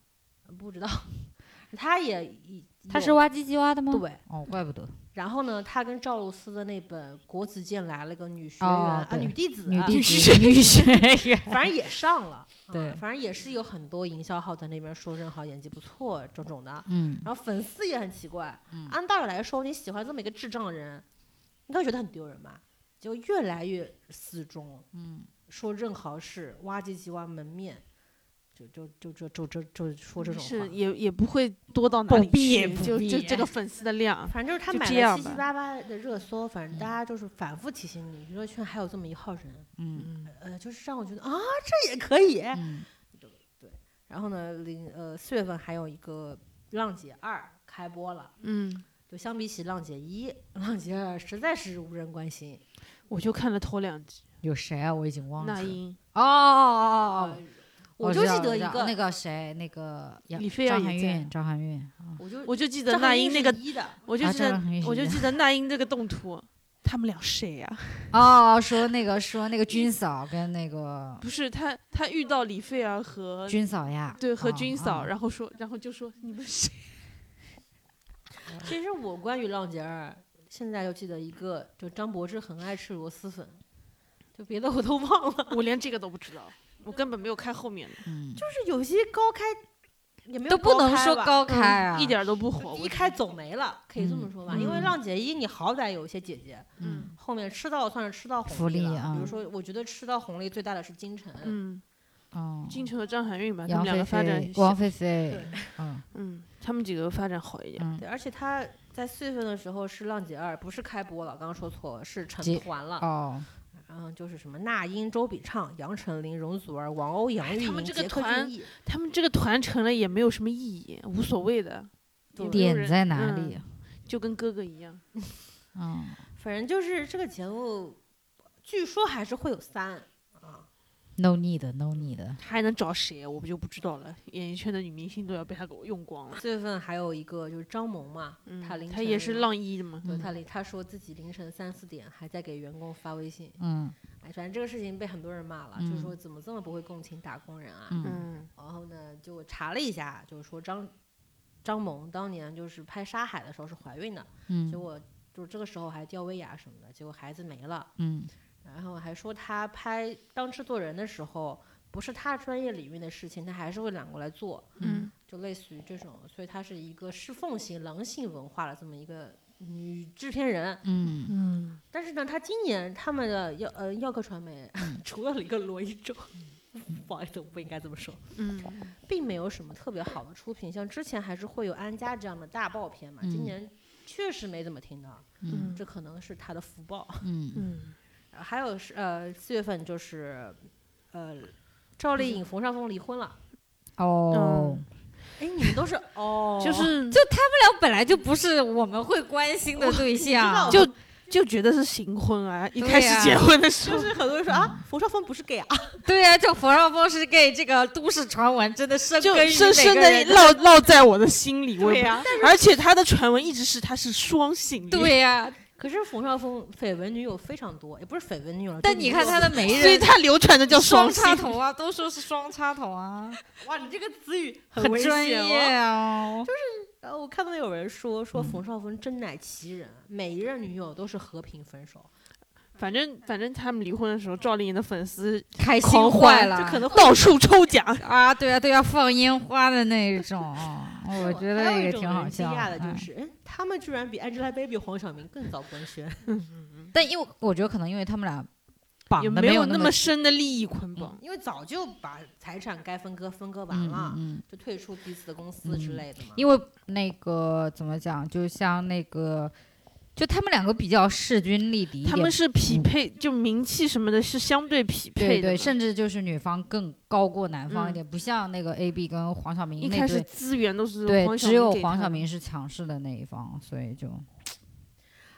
不知道，他也已 [LAUGHS] 他是有挖唧唧挖的吗？，对。哦，怪不得然后呢，他跟赵露思的那本《国子监来了个女学哦员》啊，对女弟子，女弟子 [LAUGHS] 女学 [LAUGHS] 员，反正也上了，对啊，反正也是有很多营销号在那边说任豪演技不错种种 [LAUGHS] 的，嗯，然后粉丝也很奇怪，嗯按道理来说，你喜欢这么一个智障的人，应该觉得很丢人吧？结果越来越死忠，嗯，说任豪是挖机器挖门面，就就就就就就就说这种嗯是话。也也不会多到哪里不必去不就必就这个粉丝的量，反正就是他就买这了样七七吧嗯八八的热搜，反正大家就是反复提醒你，娱乐圈还有这么一号人，嗯呃，就是让我觉得啊，这也可以。嗯然后呢，零呃四月份还有一个《浪姐二》开播了，嗯，就相比起《浪姐一》，《浪姐二》实在是无人关心。我就看了头两集，有谁啊？我已经忘了。那呃哦英、哦哦哦哦，我就知道记得一知道啊那个，个谁，那个杨李菲儿张含也在韵，张含韵， [LAUGHS] 啊我就我就记张得含那韵英那是个，一的，我就啊记张得含韵是我就一记得那英这个动图，他们俩谁呀、哦，说那个说那个军嫂跟那个不是他，他遇到李菲儿和军嫂呀，对和啊军嫂，啊然后说，然后就说你们谁？其实我关于《浪姐二》，现在就记得一个，就张柏芝很爱吃螺蛳粉，就别的我都忘 [LAUGHS] 了。我连这个都不知道，我根本没有看后面的，嗯就是有些高开也没有都不能开说吧，高开啊，嗯一点儿都不火。就我一开走没了，可以这么说吧。嗯因为嗯《浪姐一》，你好歹有一些姐姐，嗯后面吃到算是吃到福红利了。啊比如说，我觉得吃到红利最大的是金晨，嗯，哦，金晨和张含韵吧，他杨们菲两个发展菲，，王菲菲对，嗯嗯，他们几个发展好一点。嗯对，而且她在四月份的时候是《浪姐二》，不是开播了，刚刚说错了，是成姐团了。啊哦，然后就是什么那英、周笔畅、杨丞琳、容祖儿、王鸥、杨钰哎他们莹、这个杰克团隽逸，他们这个团成了也没有什么意义，无所谓的，对有点人在哪嗯里？啊就跟哥哥一样。嗯，反正就是这个节目，据说还是会有三啊。 No need，No need。他还能找谁？啊我不就不知道了。演艺圈的女明星都要被他给我用光了。四月份还有一个就是张萌嘛，嗯，她凌晨他也是浪一的嘛。对嗯她凌她说自己凌晨三四点还在给员工发微信，嗯哎，反正这个事情被很多人骂了，嗯就说怎么这么不会共情打工人啊。嗯嗯然后呢，就我查了一下，就是说张张萌当年就是拍《沙海》的时候是怀孕的，结嗯果就是这个时候还吊威亚什么的，结果孩子没了。嗯然后还说他拍《当制作人》的时候，不是他专业领域的事情，他还是会揽过来做，嗯就类似于这种。所以她是一个侍奉型狼性文化的这么一个女制片人。嗯，嗯，但是呢，她今年他们的耀呃耀客传媒除了一个罗一舟，不好意思，我不应该这么说，嗯，并没有什么特别好的出品。像之前还是会有安家这样的大爆片嘛，嗯今年确实没怎么听到，嗯这可能是她的福报。嗯嗯，呃还有是呃，四月份就是呃，赵丽颖、冯绍峰离婚了。哦，哎，你们都是哦，就是 [LAUGHS] 就他们俩本来就不是我们会关心的对象，就就就觉得是行婚啊！一对开始呀结婚的时就候，是很多人说嗯啊，冯绍峰不是 gay 啊，对呀，这冯绍峰是 gay，这个都市传闻真的深就根于深每深个的人。烙烙在我的心里。我也不呀、而且他的传闻一直是他是双性恋。对呀，可是冯绍峰绯闻女友非常多，也不是绯闻女友了，但就你看他的媒所以人他流传的叫双性插头啊，都说是双插头啊， [LAUGHS] 哇，你这个词语很危专险业哦。 [LAUGHS] 啊。然后呃我看到有人说嗯说冯绍峰真乃奇人，啊每一任女友都是和平分手，反正反正他们离婚的时候，赵丽颖的粉丝开狂心欢坏了，就可能到处抽奖。啊，对啊，对啊，放烟花的那种，我觉得还有那一个种挺好人笑惊讶的嗯就是，哎，他们居然比 Angelababy、黄晓明更早官宣。但因为我觉得可能因为他们俩也绑的没有那么么深的利益捆绑。因为早就把财产该分割分割完嗯了，嗯嗯就退出彼此的公司之类的嘛。因为那个怎么讲，就像那个，就他们两个比较势均力敌一点，嗯他们是匹配，就名气什么的，是相对匹对配的嘛。对，甚至就是女方更高过男方一点，不像那个 A B 跟黄晓明一那开始对，资源都是对，黄晓只有给黄他晓的明是强势的那一方，所以就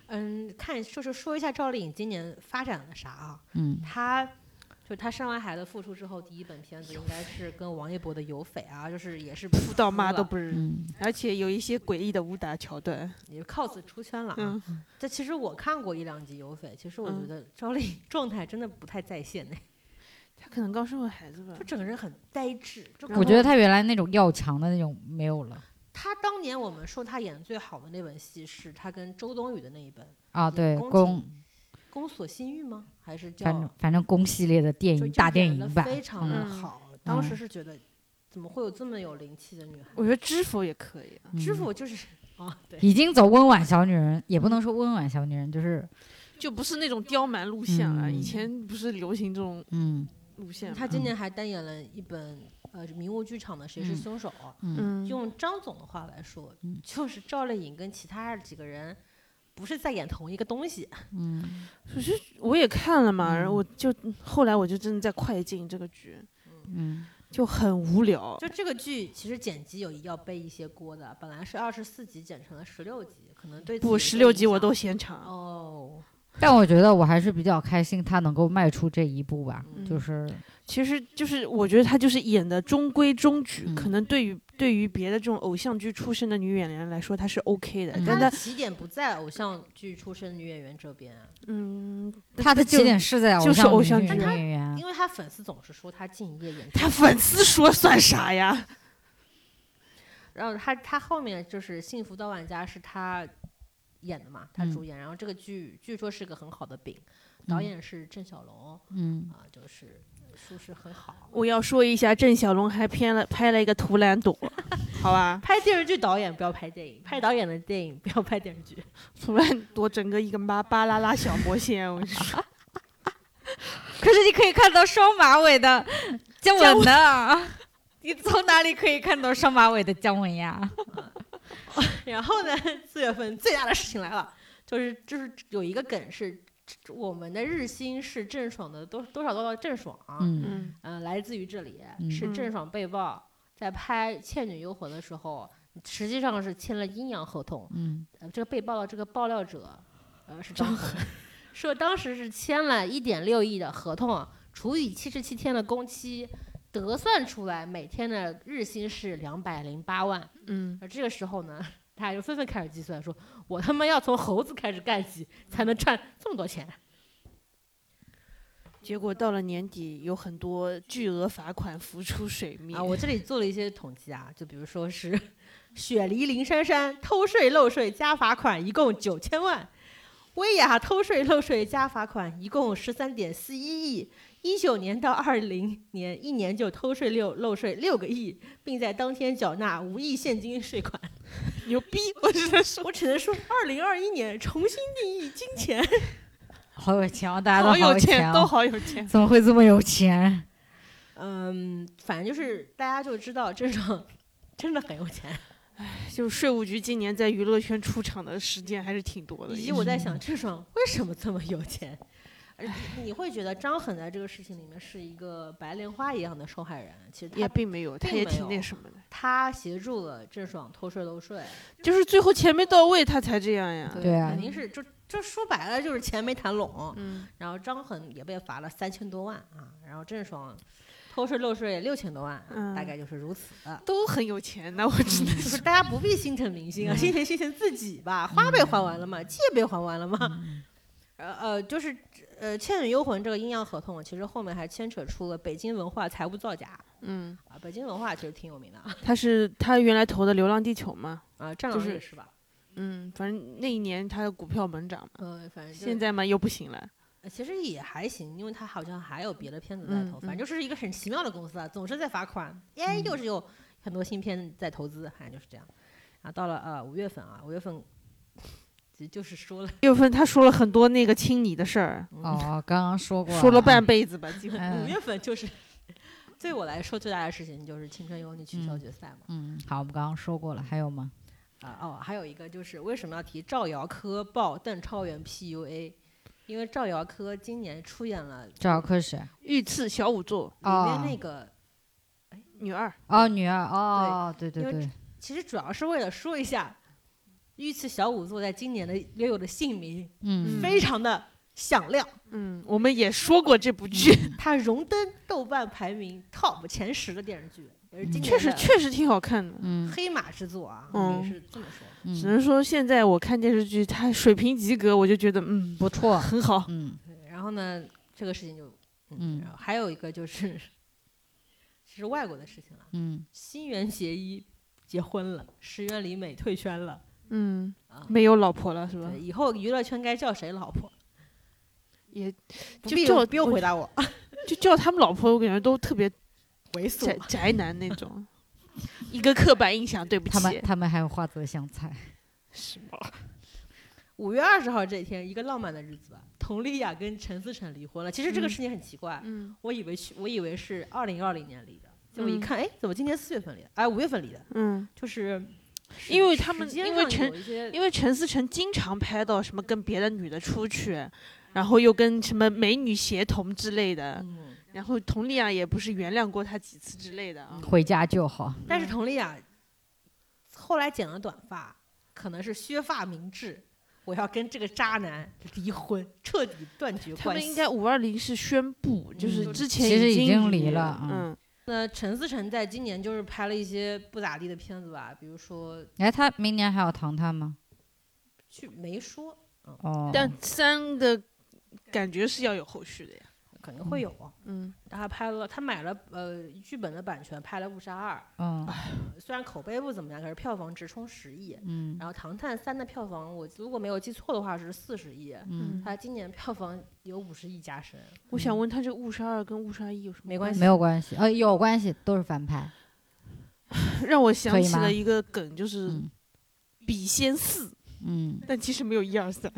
嗯，看就是说一下赵丽颖今年发展了啥啊？嗯她就是她生完孩子复出之后，第一本片子应该是跟王一博的《有匪》啊，就是也是扑到妈都了不是，嗯啊而且有一些诡异的武打桥段。也是靠此出圈了啊。嗯，但其实我看过一两集《有匪》，其实我觉嗯得赵丽颖状态真的不太在线呢，他可能刚生完孩子吧就。整个人很呆滞。就嗯然我可觉得能他原来那种要强的那种没有了她当年我们说她演最好的那本戏是她跟周冬雨的那一本啊，对，宫宫《宫锁心玉》吗？还是叫反正反正宫系列的电就影就大电演得影版，非常的嗯好。当时是觉得怎么会有这么有灵气的女孩？我觉得知否也可以啊，嗯知否就是啊，对，已经走温婉小女人，也不能说温婉小女人，就是就不是那种刁蛮路线了。嗯以前不是流行这种嗯路线吗？她今年还单演了一本呃迷雾剧场的《谁是嗯凶手》。嗯嗯，用张总的话来说嗯，就是赵丽颖跟其他几个人不是在演同一个东西。嗯可是我也看了嘛，嗯然后我就后来我就真的在快进这个剧，嗯就很无聊。就这个剧，其实剪辑有要背一些锅的，本来是二十四集剪成了十六集，可能对自己有不，些十六影集我响都嫌长。哦，但我觉得我还是比较开心，他能够迈出这一步吧，嗯就是其实就是我觉得她就是演的中规中矩，嗯可能对于对于别的这种偶像剧出身的女演员来说，她是 OK 的。嗯但她她的起点不在偶像剧出身女演员这边啊，嗯，他的就起点是在就是偶偶像女剧女演员，因为她粉丝总是说她敬业演技她粉丝说算啥呀？然后他他后面就是《幸福到万家》是他演的嘛，嗯他主演。然后这个剧据说是个很好的饼，导嗯演是郑晓龙嗯啊，就是说是很好。我要说一下，郑晓龙还拍了拍了一个《图兰朵》，好吧，拍电视剧导演不要拍电影，拍导演的电影不要拍电视剧。 《图兰朵》整个一个巴巴啦啦小魔仙，我跟你说，可是你可以看到双马尾的姜姜文的， [LAUGHS] 你从哪里可以看到双马尾的姜文呀？然后呢，四月份最大的事情来了，就是就是有一个梗是，我们的日薪是郑爽的多多少多少郑爽、嗯嗯， [LAUGHS] 嗯，来自于这里，嗯是郑嗯爽被曝在拍《倩女幽魂》的时候，实际上是签了阴阳合同。嗯呃，这个被曝的这个爆料者，呃，是张恒，说当时是签了一点六亿的合同，除以七十七天的工期，得算出来每天的日薪是两百零八万。嗯，而这个时候呢，大家就纷纷开始计算，说我他妈要从猴子开始干起，才能赚这么多钱。结果到了年底，有很多巨额罚款浮出水面。啊，我这里做了一些统计啊，就比如说是雪梨林珊珊偷税漏税加罚款一共九千万，薇娅偷税漏税加罚款一共十三点四一亿，一九年到二零年一年就偷税六漏税六个亿，并在当天缴纳无亿现金税款。牛逼！ [LAUGHS] 我只能 [LAUGHS] 说，我只能说，二零二一年重新定义金钱。好有钱哦，大家都好有钱钱，哦都好有 [LAUGHS] 钱。怎么会这么有钱？嗯，反正就是大家就知道郑爽真的很有钱。就税务局今年在娱乐圈出场的时间还是挺多的。以及我在想，郑爽为什么这么有钱？而你会觉得张恒在这个事情里面是一个白莲花一样的受害人，其实也他并没有，他并也没挺那有什么的，他协助了郑爽偷税漏税，就是最后钱没到位，他才这样呀。对啊肯定是就就说白了就是钱没谈拢，嗯，然后张恒也被罚了三千多万啊，然后郑爽偷税漏税六千多万啊、嗯大概就是如此。都很有钱的，我只 [LAUGHS] 能就是说，大家不必心疼明星嗯啊，心疼心疼自己吧。花呗还完了吗？借呗还完了吗？嗯 [LAUGHS] 呃呃，就是呃，《倩女幽魂》这个阴阳合同，其实后面还牵扯出了北京文化财务造假嗯，啊。北京文化其实挺有名的啊，他是他原来投的《流浪地球》嘛，啊，战就狼是也是吧？嗯，反正那一年他的股票猛涨嘛，嗯，反正就是现在嘛又不行了。呃其实也还行，因为他好像还有别的片子在投，嗯反正就是一个很奇妙的公司啊，总是在罚款，哎，又是有很多新片在投资，反正就是这样。然后到了呃五月份啊，五月份 [LAUGHS] 其实就是说了，六月份他说了很多那个亲你的事儿，嗯哦，刚刚说过说了半辈子吧，几乎。五嗯月份就是 [LAUGHS] 对我来说最大的事情就是《青春有你》取消决赛嘛。嗯，好，我们刚刚说过了，还有吗？啊、哦，还有一个就是为什么要提赵姚科爆邓超元 PUA？因为赵姚科今年出演了里赵小柯谁？御赐小仵作嗯面那哦个，女二，哦，女儿哦，对对因为对，其实主要是为了说一下玉器小仵作在今年的也有的姓名嗯非常的响亮，嗯，我们也说过这部剧，它荣登豆瓣排名 top 前十的电视剧，也是今年嗯确实的确实挺好看的。嗯黑马之作啊，嗯也是这么说。嗯，只能说现在我看电视剧，它水平及格，我就觉得嗯不错，很好。嗯对，然后呢，这个事情就，嗯然后还有一个就是，是外国的事情了，嗯新垣结衣结婚了，石原里美退圈了嗯，啊。没有老婆了是吧对，？以后娱乐圈该叫谁老婆？也不就必叫不用回 [LAUGHS] 答我，就叫他们老婆，我感觉都特别猥宅琐。宅男那 [LAUGHS] 种，一个刻板印象，对不他们起。他们还有花泽香菜，什么？五月二十号这一天，一个浪漫的日子啊，佟丽娅跟陈思诚离婚了。其实这个嗯事情很奇怪，嗯我以为去，我以为是二零二零年离的，结果嗯一看，哎，怎么今年四月份离的？哎，五月份离的，嗯，就是因为他们时间因为上陈有一些因为陈思诚经常拍到什么跟别的女的出去，然后又跟什么美女协同之类的，嗯，然后佟丽娅也不是原谅过他几次之类的啊。回家就好。但是佟丽娅后来剪了短发，可能是削发明志，我要跟这个渣男离婚，彻底断绝他关们系。应该五二零是宣布，就是嗯之前其实已已经离离了嗯，那呃陈思诚在今年就是拍了一些不咋地的片子吧，比如说哎，他明年还有糖糖吗？去没说，哦，但三的感觉是要有后续的呀。肯定会有啊。嗯，他还拍了，他买了呃剧本的版权，拍了《误杀二嗯》，虽然口碑不怎么样，可是票房直冲十亿。嗯然后《唐探三》的票房，我如果没有记错的话是四十亿，嗯，他今年票房有五十亿加深，我想问他这误杀二跟误杀一有什么没关系没有关系，呃，有关系，都是反派。系？让我想起可以吗了一个梗，就是嗯笔仙四，嗯，但其实没有一二三，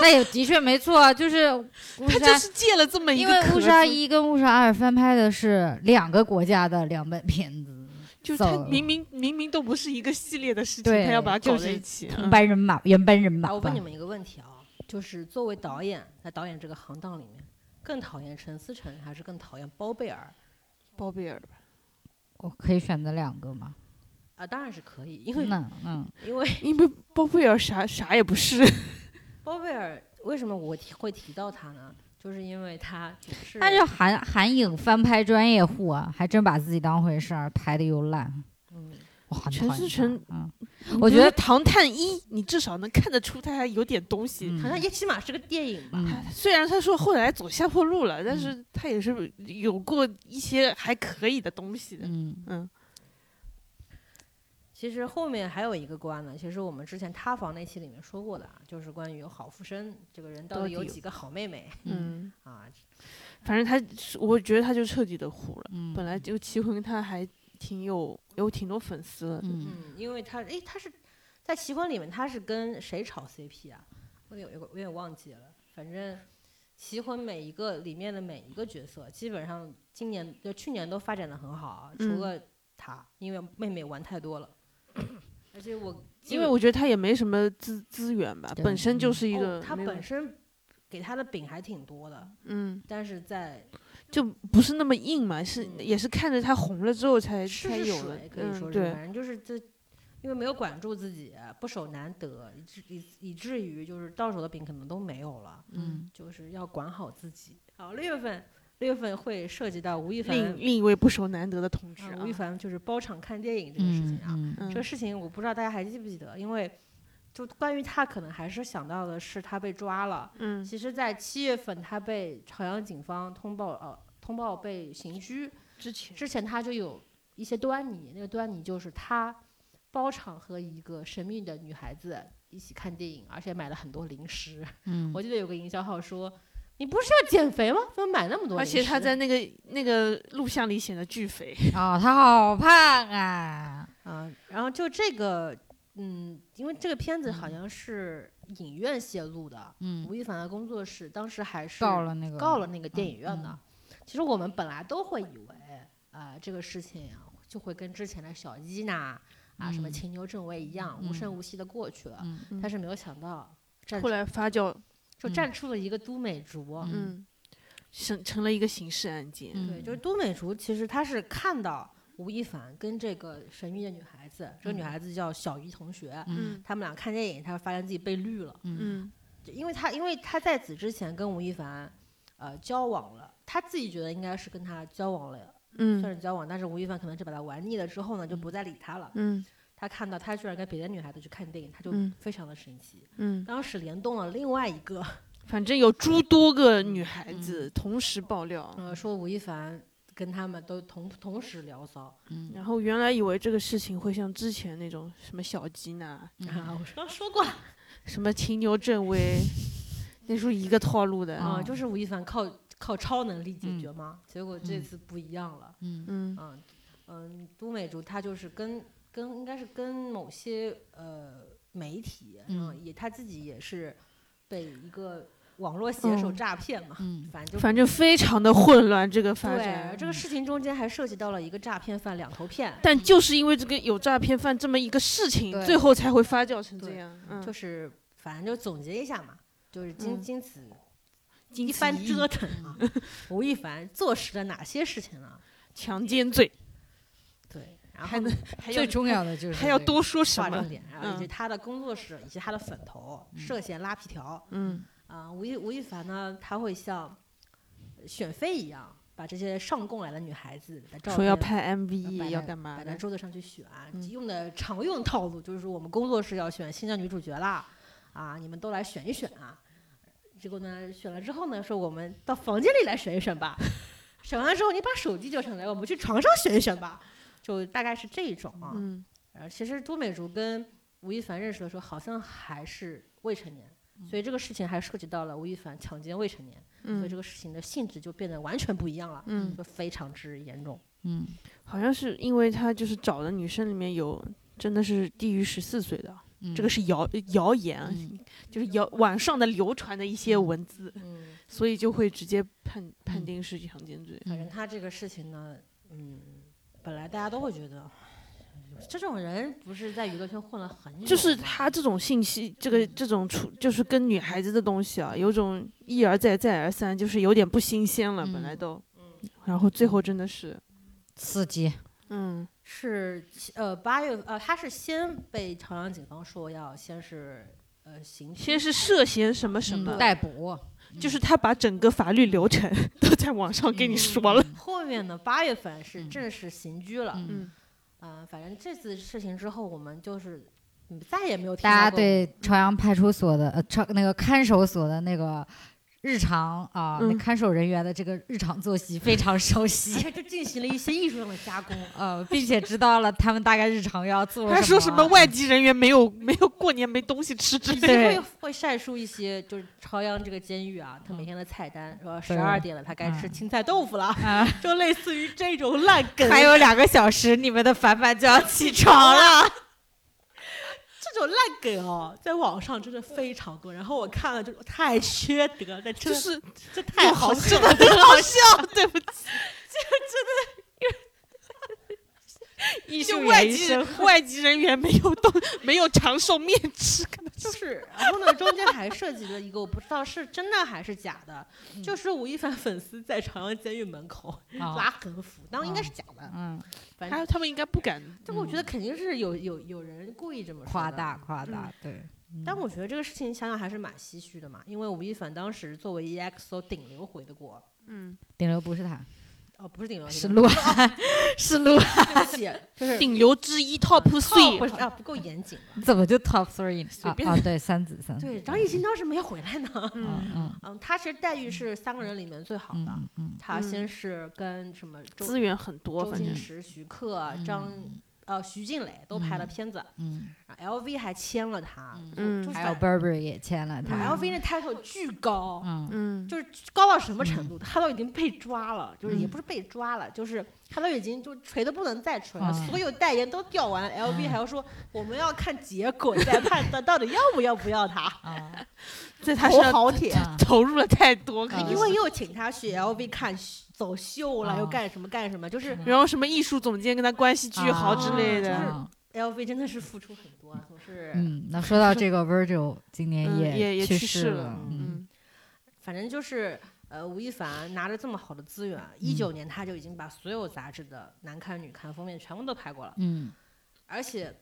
那也的确没错啊，就是误杀他就，是借了这么一因个为壳误杀子一跟误杀二翻拍的是两个国家的两本片子，就走他了明明明明都不是一个系列的事情，对他要把它就搞是在一起。嗯同班人马，原班人啊，马我吧问你。们一个问题啊，就是作为导演，在导演这个行当里面，更讨厌陈思诚还是更讨厌包贝尔？包贝尔吧，我哦可以选择两个吗？啊，当然是可以，因为那嗯，因为因为包贝尔啥啥也不是。包贝尔为什么我提会提到他呢？就是因为他总 [LAUGHS] 是但是韩韩影翻拍专业户啊，还真把自己当回事儿，拍的又烂。嗯，我很陈讨厌思他诚，嗯，我觉比如得说《唐探一》，你至少能看得出他还有点东西。嗯好像也起码是个电影吧。嗯虽然他说后来走下坡路了，但是他也是有过一些还可以的东西的。嗯嗯其实后面还有一个关呢，其实我们之前塌房那期里面说过的啊，就是关于郝富生这个人到到底有底有几个好妹妹嗯嗯，啊？反正他，我觉得他就彻底的糊了。嗯，本来就齐坤他还挺有有挺多粉丝的。嗯嗯，因为他诶，他是在《奇婚》里面他是跟谁炒 CP 啊？我有有我有点忘记了，反正《奇婚》每一个里面的每一个角色，基本上今年就去年都发展的很好啊，除嗯了他，因为妹妹玩太多了，而且我基因为本我觉得他也没什么资资源吧，对嗯本身就是一哦个他没有本身给他的饼还挺多的，嗯，但是在就不是那么硬嘛，是嗯也是看着他红了之后才试才试有的水，，可以嗯，说是，对，反正就是这，因为没有管住自己，不守难得，以至以以至于就是到手的饼可能都没有了，嗯就是要管好自己。好，六月份，六月份会涉及到吴亦凡，另另一位不熟难得的同志啊啊吴亦，凡就是包场看电影这个事情嗯啊，嗯嗯这个事情我不知道大家还记不记得，因为就关于他，可能还是想到的是他被抓了。嗯其实，在七月份，他被朝阳警方通报，呃，通报被刑拘，之前之前他就有一些端倪，那个端倪就是他包场和一个神秘的女孩子一起看电影，而且买了很多零食。嗯，我记得有个营销号说：“你不是要减肥吗？怎么买那么多零而食？”且他在那个那个录像里显得巨肥，哦，他好胖啊！啊，然后就这个，嗯，因为这个片子嗯好像是影院泄露的，嗯，吴亦凡的工作室当时还是告了那个，告了那个电影院嗯的。其实我们本来都会以为，啊、这个事情啊就会跟之前的小伊娜啊、什么嗯秦牛正威一样，无声无息的过去了。嗯但是没有想到，站后来发酵，就嗯站出了一个都美竹。嗯嗯，成成了一个刑事案件，嗯对，就是都美竹，其实她是看到吴亦凡跟这个神秘的女孩子，这个女嗯孩子叫小鱼同学，嗯嗯他们俩看电影，他发现自己被绿了，嗯嗯就因为他因为他在此之前跟吴亦凡，呃交往了，他自己觉得应该是跟他交往了，嗯算是交往，但是吴亦凡可能是把他玩腻了之后呢，就不再理他了。嗯他看到他居然跟别的女孩子去看电影，他就嗯非常的生气，嗯，当时联动了另外一个，反正有诸多个嗯女孩子同时爆料，呃，说吴亦凡跟他们都同同时聊骚，嗯然后原来以为这个事情会像之前那种什么小吉娜、啊，嗯我刚说过了什么秦牛正 [LAUGHS] 威，那时候一个套路的。啊啊，哦就是吴亦凡靠靠超能力解嗯决嘛，结果这嗯次不一样了，嗯嗯嗯嗯，都美竹她就是跟跟应该是跟某些呃媒体，嗯也她自己也是被一个网络写手嗯诈骗嘛，嗯反正就反正非常的混乱这个发对展。这个事情中间还涉及到了一个诈骗犯两头骗，但就是因为这个有诈骗犯这么一个事情对，最后才会发酵成这对样。嗯就，是反正就总结一下嘛，就是经嗯经此经一此番一役折腾 [LAUGHS] 啊，吴亦凡坐实了哪些事情呢？强奸罪对，然后还能还要最重要的就是还要这个多说什划重么？点，然后以及嗯他的工作室以及他的粉头嗯涉嫌拉皮条嗯啊。吴亦吴亦凡呢，他会像选妃一样，把这些上供来的女孩子的照说要片拍摆 MV 在要干嘛摆啊在的？桌子上去选，嗯用的常用套路就是说我们工作室要选新的女主角啦，啊，你们都来选一选啊。结果呢，选了之后呢，说我们到房间里来选一选吧。选完了之后，你把手机交上来，我们去床上选一选吧。就大概是这种啊。嗯呃，其实都美竹跟吴亦凡认识的时候，好像还是未成年，嗯所以这个事情还涉及到了吴亦凡强奸未成年，所以这嗯个事情的性质就变得完全不一样了，嗯，就非常之严重。嗯好像是因为他就是找的女生里面有真的是低于十四岁的，嗯这个是谣谣言啊，嗯就是谣网上的流传的一些文字，嗯，所以就会直接判判嗯定是强奸罪。反正他这个事情呢，嗯，本来大家都会觉得。这种人不是在娱乐圈混了很久，就是他，这种信息，这个这种处，就是跟女孩子的东西啊，有种一而再再而三，就是有点不新鲜了，本来嗯都，然后最后真的是，刺激，嗯是呃八月呃，他是先被朝阳警方说要先是呃刑拘先是涉嫌什么什么，啊嗯逮捕，就是他把整个法律流程 [LAUGHS] 都在网上给你说了，后面呢，八月份是嗯正式刑拘了。嗯、嗯，反正这次事情之后，我们就是嗯再也没有听大家到过对朝阳派出所的呃朝那个看守所的那个。日常啊，那嗯看守人员的这个日常作息非常熟而悉，且 [LAUGHS] 就进行了一些艺术上的加工。呃，并且知道了他们大概日常要做什么。还说什么外籍人员没有没有过年没东西 [LAUGHS] 吃之类的，会对会晒出一些就是朝阳这个监狱啊，他每天的菜单，说嗯对十二点了，他该吃嗯青菜豆腐了，啊， [LAUGHS] 就类似于这种烂梗。还有两个小时，你们的凡凡就要 [LAUGHS] 起床了。这种烂梗哦，在网上真的非常多。然后我看了就太缺德，这真就的是这太好笑真的很 [LAUGHS] 好笑，对不起，艺就术外员一籍生，外籍人员没有东没有长寿面吃，可能就是是，然后呢，中间还涉及了一个我不知道是真的还是假的，嗯就是吴亦凡粉丝在朝阳监狱门口、啊拉横幅，当然应该是假的，嗯，反正他他们应该不敢，这个我觉得肯定是有有有人故意这么说夸的大。夸嗯大，对，但我觉得这个事情想想还是蛮唏嘘的嘛，因为吴亦凡当时作为 EXO 顶流回的国，嗯，顶流不是他，哦，不是顶流，是鹿晗，是鹿晗，对不起，就是顶流之一 top 不 three，是啊，不够严谨了。怎么就 top three 随啊便啊，对，三子三子，对，张艺兴当时没回来呢。嗯嗯嗯，他其实待遇是三个人里面最好的。嗯嗯他先是跟什么周资源很多，周反星正驰、徐克、啊张呃徐静蕾都拍了片子嗯然后，LV 还签了他，嗯就嗯，是还有 Burberry 也签了他， LV 那 title 巨高，嗯嗯，就是高到什么程度？他都已经被抓了，就是嗯也不是被抓了，就是他都已经就锤的不能再锤了，嗯所有代言都掉完啊了，LV 还要说我们要看结果 [LAUGHS] 再判断到底要不要不要他，啊，在他头身上好铁。 [LAUGHS] [LAUGHS] 投入了太多，嗯可能因是为又请他去 LV 看走秀了，嗯又干什么干什么，就是嗯然后什么艺术总监跟他关系巨好之类啊的，就是 LV 真的是付出很多，啊，总是嗯，那说到这个 Virgil 今年嗯也也去去世世了嗯嗯反正就是呃，吴亦凡拿着这么好的资嗯源，一九年他就已经把所有杂志的男刊、女刊封面全部都拍过了，嗯而且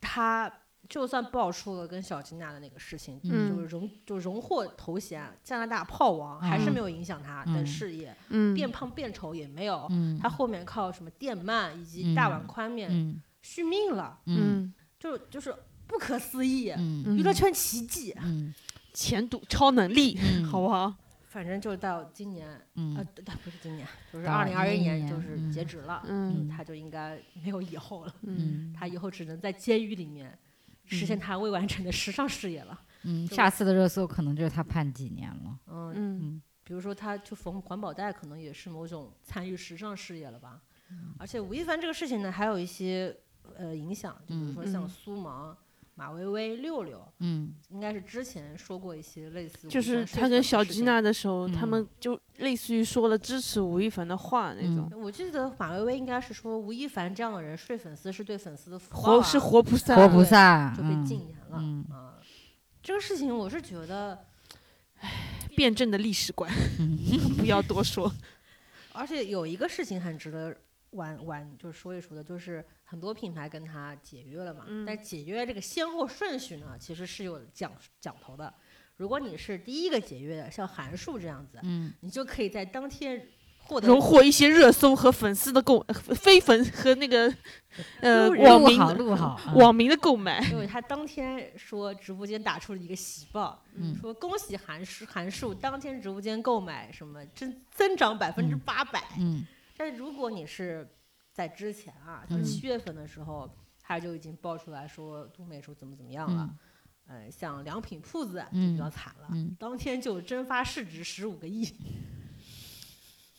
他就算爆出了跟小金娜的那个事情，嗯就是荣就荣获头衔加拿大炮王，还是没有影响他的嗯事业，嗯，变胖变丑也没有，嗯他后面靠什么电鳗以及大碗宽面嗯续命了，嗯就就是不可思议，嗯娱乐圈奇迹。嗯前途超能力，嗯，好不好？反正就到今年，呃，嗯，对对不是今年，就是到二零二一2021年，年就是嗯截止了，嗯他就应该没有以后了，嗯嗯他以后只能在监狱里面实现他未完成的时尚事业了。嗯，下次的热搜可能就是他判几年了。嗯，嗯比如说他去缝环保袋，可能也是某种参与时尚事业了吧。嗯而且吴亦凡这个事情呢，还有一些呃影响，就比如说像嗯苏芒、马薇薇、六六，嗯应该是之前说过一些类似就是吴亦凡他跟小涉嫌的事情吉娜的时候，他嗯们就类似于说了支持吴亦凡的话那嗯种，我记得马薇薇应该是说吴亦凡这样的人睡粉丝是对粉丝的福报、活啊，是活菩萨，活菩萨就被禁言了、嗯啊。这个事情我是觉得，辩证的历史观，嗯 [LAUGHS] 不要多 [LAUGHS] 说。而且有一个事情很值得玩玩，就是说一说的，就是很多品牌跟他解约了嘛。嗯但解约这个先后顺序呢，其实是有讲讲头的。如果你是第一个解约的，像韩束这样子，嗯你就可以在当天获得荣 [LAUGHS] 获一些热搜和粉丝的购，呃非粉和那 [LAUGHS] 个呃嗯，网录民好的录好，嗯网民的购买。因为他当天说直播间打出了一个喜报，嗯说恭喜韩数韩数当天直播间购买什么增增长百分之八百。嗯但是如果你是在之前啊，就嗯七月份的时候，他就已经爆出来说都美术怎么怎么样了。嗯呃，像良品铺子就嗯比较惨了，嗯当天就蒸发市值十五个亿。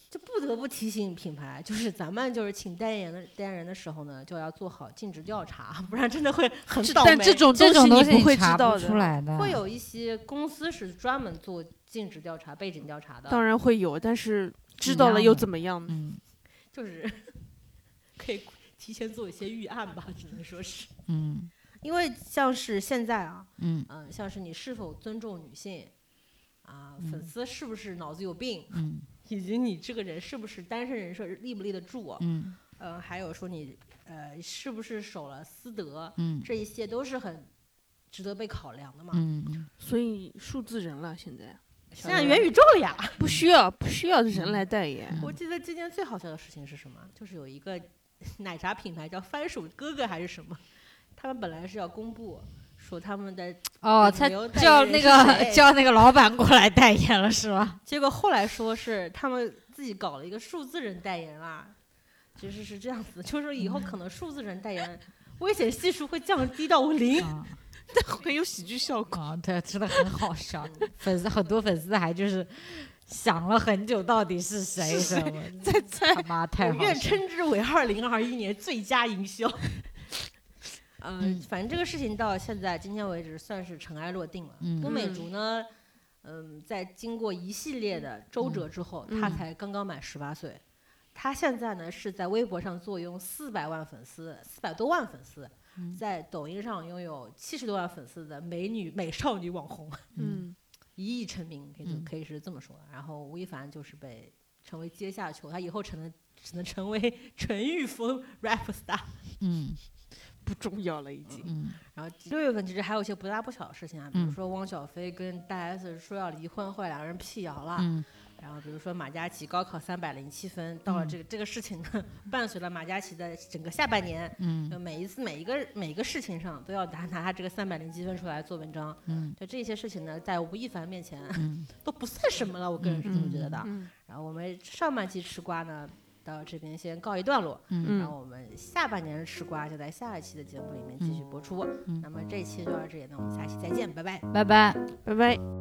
就不得不提醒品牌，就是咱们就是请代言的代言人的时候呢，就要做好尽职调查，不然真的会很倒霉。但这种这种东东西西你不会知查道不出的，来的，会有一些公司是专门做尽职调查、背景调查的，当然会有，但是嗯知一道样了又的怎么样呢？嗯就是 [LAUGHS] 可以提前做一些预案吧，只能说是。嗯因为像是现在啊，嗯嗯、像是你是否尊重女性啊，粉丝是不是脑子有病，嗯以及你这个人是不是单身人设立不立得住，嗯呃，还有说你呃是不是守了私德，嗯这一些都是很值得被考量的嘛。嗯所以数字人了，现在现在元宇宙了呀，不需要不需要人来代 [LAUGHS] 言， [LAUGHS] 我记得今年最好笑的事情是什么？就是有一个 [LAUGHS] 奶茶品牌叫番薯哥哥还是什么，他们本来是要公布说他们的，哦，顶他流代叫言那是谁个叫那个老板过来代言了是吧？结果后来说是他们自己搞了一个数字人代言啦，其实是这样子，就是说以后可能数字人代言危险系数会降低到零。啊很有喜剧效果。啊，对，真的很好 [LAUGHS] 笑，粉丝很多粉丝还就是想了很久，到底是谁什么在猜，他妈太我好愿笑了，称之为二零二一年最佳营 [LAUGHS] 销。嗯嗯，反正这个事情到现在今天为止算是尘埃落定了。嗯宫美竹呢，嗯，在经过一系列的周折之后，嗯她才刚刚满十八岁。她现在呢是在微博上坐拥四百万粉丝，四百多万粉丝，嗯在抖音上拥有七十多万粉丝的美女美少女网红，嗯，一亿成名，可以这嗯可以是这么说。然后吴亦凡就是被成为阶下囚，他以后成了只能成为 [LAUGHS] 陈玉峰 rap star。嗯不重要了已经。嗯然后六月份其实还有一些不大不小的事情啊，比如嗯说汪小菲跟大 S 说要离婚，后来两个人辟谣了。嗯然后比如说马嘉祺高考三百零七分，到了这个、嗯这个事情呢，伴随了马嘉祺的整个下半年，嗯就每一次每一个每一个事情上都要拿拿他这个三百零七分出来做文章。嗯就这些事情呢，在吴亦凡面前 [LAUGHS] 嗯都不算什么了，我个人是这么觉得的。嗯然后我们上半期吃瓜呢，到这边先告一段落。嗯然后我们下半年的吃瓜就在下一期的节目里面继续播出。嗯那么这一期就到这里，那我们下期再见，拜拜。嗯，拜拜。拜拜。